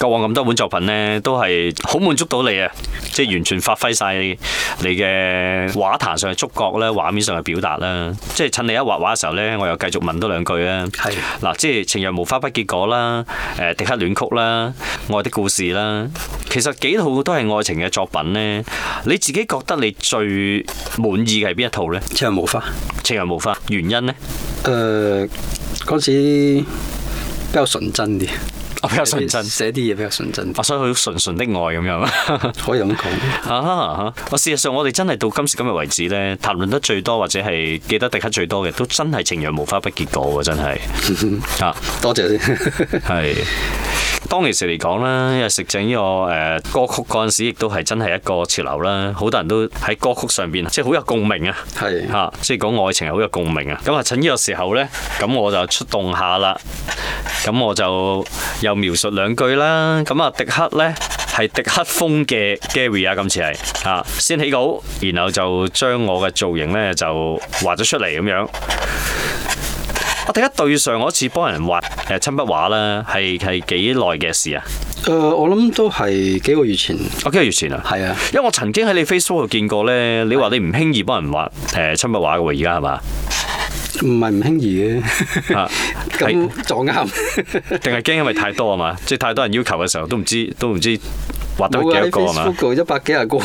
Speaker 2: 過往咁多本作品呢，都係好滿足到你啊！即係完全發揮晒你嘅畫壇上嘅觸覺啦，畫面上嘅表達啦。即係趁你一畫畫嘅時候呢，我又繼續問多兩句啊。
Speaker 5: 係
Speaker 2: 嗱，即係情人無花不結果啦，誒迪克戀曲啦，愛的故事啦，其實幾套都係愛情嘅作品呢。你自己覺得你最滿意嘅係邊一套呢？
Speaker 5: 即係無花。
Speaker 2: 情人無花原因呢？
Speaker 5: 誒嗰陣時比較純真啲，
Speaker 2: 我比較純真。
Speaker 5: 寫啲嘢比較純真啲，
Speaker 2: 啊，所以佢純純的愛咁樣啊
Speaker 5: 可以咁講。
Speaker 2: 哈！我事實上，我哋真係到今時今日為止呢，談論得最多或者係記得迪克最多嘅，都真係情人無花不結果喎，真係啊！
Speaker 5: 多謝先。
Speaker 2: 係當其時嚟講啦，因為食正呢個誒、呃歌曲嗰陣時，亦都係真係一個潮流啦。好多人都喺歌曲上邊，即係好有共鳴啊！
Speaker 5: 係
Speaker 2: 嚇、即係講愛情係好有共鳴啊！咁啊，趁呢個時候呢，咁我就出動下啦。咁我就又描述兩句啦。咁啊，迪克呢，係迪克風嘅 Gary 啊，今次係啊，先起稿，然後就將我嘅造型呢就畫咗出嚟咁樣。我第一對上嗰次幫人畫誒親筆畫啦，係係幾耐嘅事啊？
Speaker 5: 誒，呃我諗都係幾個月前。
Speaker 2: 我幾個月前啊，
Speaker 5: 係啊。
Speaker 2: 因為我曾經喺你 Facebook 度見過呢，你話你唔輕易幫人畫誒親筆畫嘅喎，而家係嘛？
Speaker 5: 唔係唔輕易嘅，
Speaker 2: 啊係
Speaker 5: 咁撞啱。
Speaker 2: 定係驚因為太多啊嘛，即係太多人要求嘅時候都唔知都唔知畫得
Speaker 5: 冇啊
Speaker 2: 幾多
Speaker 5: 喺
Speaker 2: 個啊嘛
Speaker 5: Facebook 度一百幾廿個，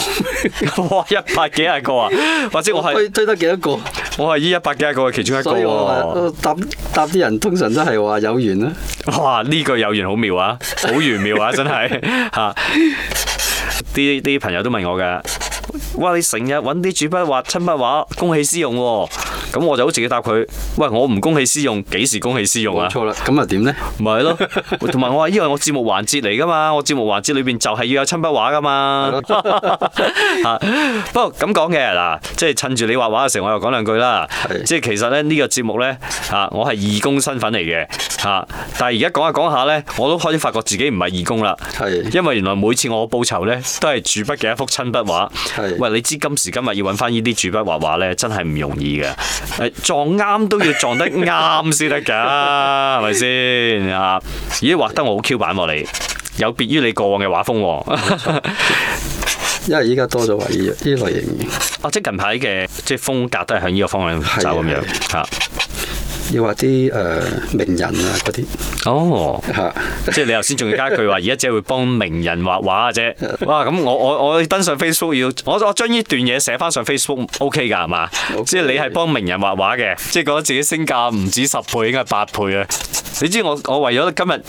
Speaker 2: 哇！一百幾廿個啊，或者我係
Speaker 5: 推推得幾多
Speaker 2: 我係依一百幾廿個嘅其中
Speaker 5: 個？
Speaker 2: 一個
Speaker 5: 所以我話
Speaker 2: 喎。
Speaker 5: 我答答啲人通常都係話有緣啦。
Speaker 2: 哇！呢句有緣好妙啊，好玄妙啊，真 係嚇。啲啲朋友都問我㗎，哇！你成日揾啲主筆畫親筆畫，公器私用喎、咁我就好直接答佢，喂，我唔公器私用，幾時公器私用啊
Speaker 5: 冇？錯啦，咁啊點咧？
Speaker 2: 咪係咯，同埋我話因為我節目環節嚟噶嘛，我節目環節裏邊就係要有親筆畫噶嘛。 啊不過咁講嘅嗱，即係趁住你畫畫嘅時候，我又講兩句啦
Speaker 5: 係。
Speaker 2: 即係其實咧呢個節目咧啊，我係義工身份嚟嘅嚇，但係而家講下講下咧，我都開始發覺自己唔係義工啦。
Speaker 5: 係
Speaker 2: 因為原來每次我報酬咧都係主筆嘅一幅親筆畫。
Speaker 5: 係
Speaker 2: 喂，你知今時今日要揾翻呢啲主筆畫畫咧，真係唔容易嘅。誒撞啱都要撞得啱先得㗎，係咪先啊？咦，畫得我好 Q 版喎你。有別於你過往嘅畫風 喎，
Speaker 5: 因為依家多咗話呢呢類型嘅。
Speaker 2: 哦啊，即係近排嘅即係風格都係向呢個方向走咁樣嚇。
Speaker 5: 要話啲誒名人啊嗰啲
Speaker 2: 哦，
Speaker 5: 嚇，
Speaker 2: 即係你頭先仲要加一句話，而家只係會幫名人畫畫啫。哇，咁我我我登上 Facebook 要，我我將呢段嘢寫翻上 Facebook，OK 㗎係嘛
Speaker 5: OK
Speaker 2: 即係你係幫名人畫畫嘅，即係覺得自己身價唔止十倍，應該係八倍啊！你知我我為咗今日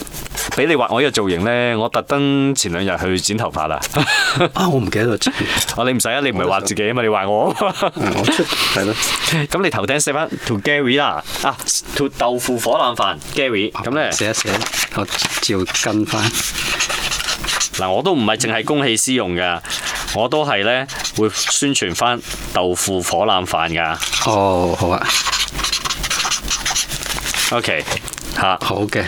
Speaker 2: 俾你畫我呢個造型呢，我特登前兩日去剪頭髮啦。
Speaker 5: 啊，我唔記得咗，
Speaker 2: 我你唔使啊，你唔係畫自己啊嘛，你畫我。
Speaker 5: 嗯我出係咯，
Speaker 2: 咁你頭頂寫翻 to Gary 啦，啊 to 豆腐火腩飯 Gary，咁咧
Speaker 5: 寫一寫，我照跟翻。
Speaker 2: 嗱我都唔係淨係公器私用噶，我都係咧會宣傳翻豆腐火腩飯噶。
Speaker 5: 哦，好啊，
Speaker 2: OK 嚇、
Speaker 5: 好嘅，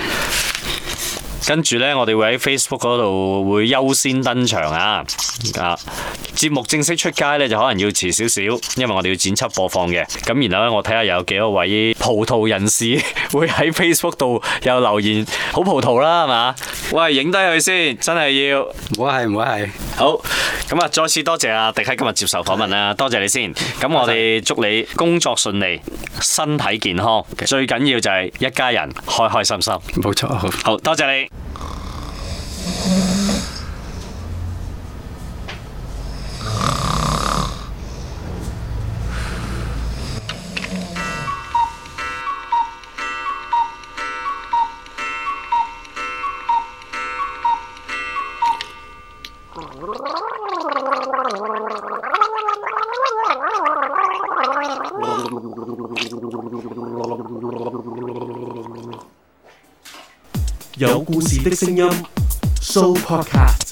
Speaker 2: 跟住咧我哋會喺 Facebook 嗰度會優先登場啊啊！節目正式出街咧就可能要遲少少，因為我哋要剪輯播放嘅。咁然後咧，我睇下有幾多位葡萄人士 會喺 Facebook 度有留言，好葡萄啦，係嘛？喂，影低佢先，真係要。
Speaker 5: 唔好係唔好係，
Speaker 2: 好，咁啊，再次多謝阿迪喺今日接受訪問啦，多謝你先。咁我哋祝你工作順利，身體健康，最緊要就係一家人開開心心。
Speaker 5: 冇錯，好。
Speaker 2: 好多謝你。
Speaker 1: 有故事的聲音，Show Podcast。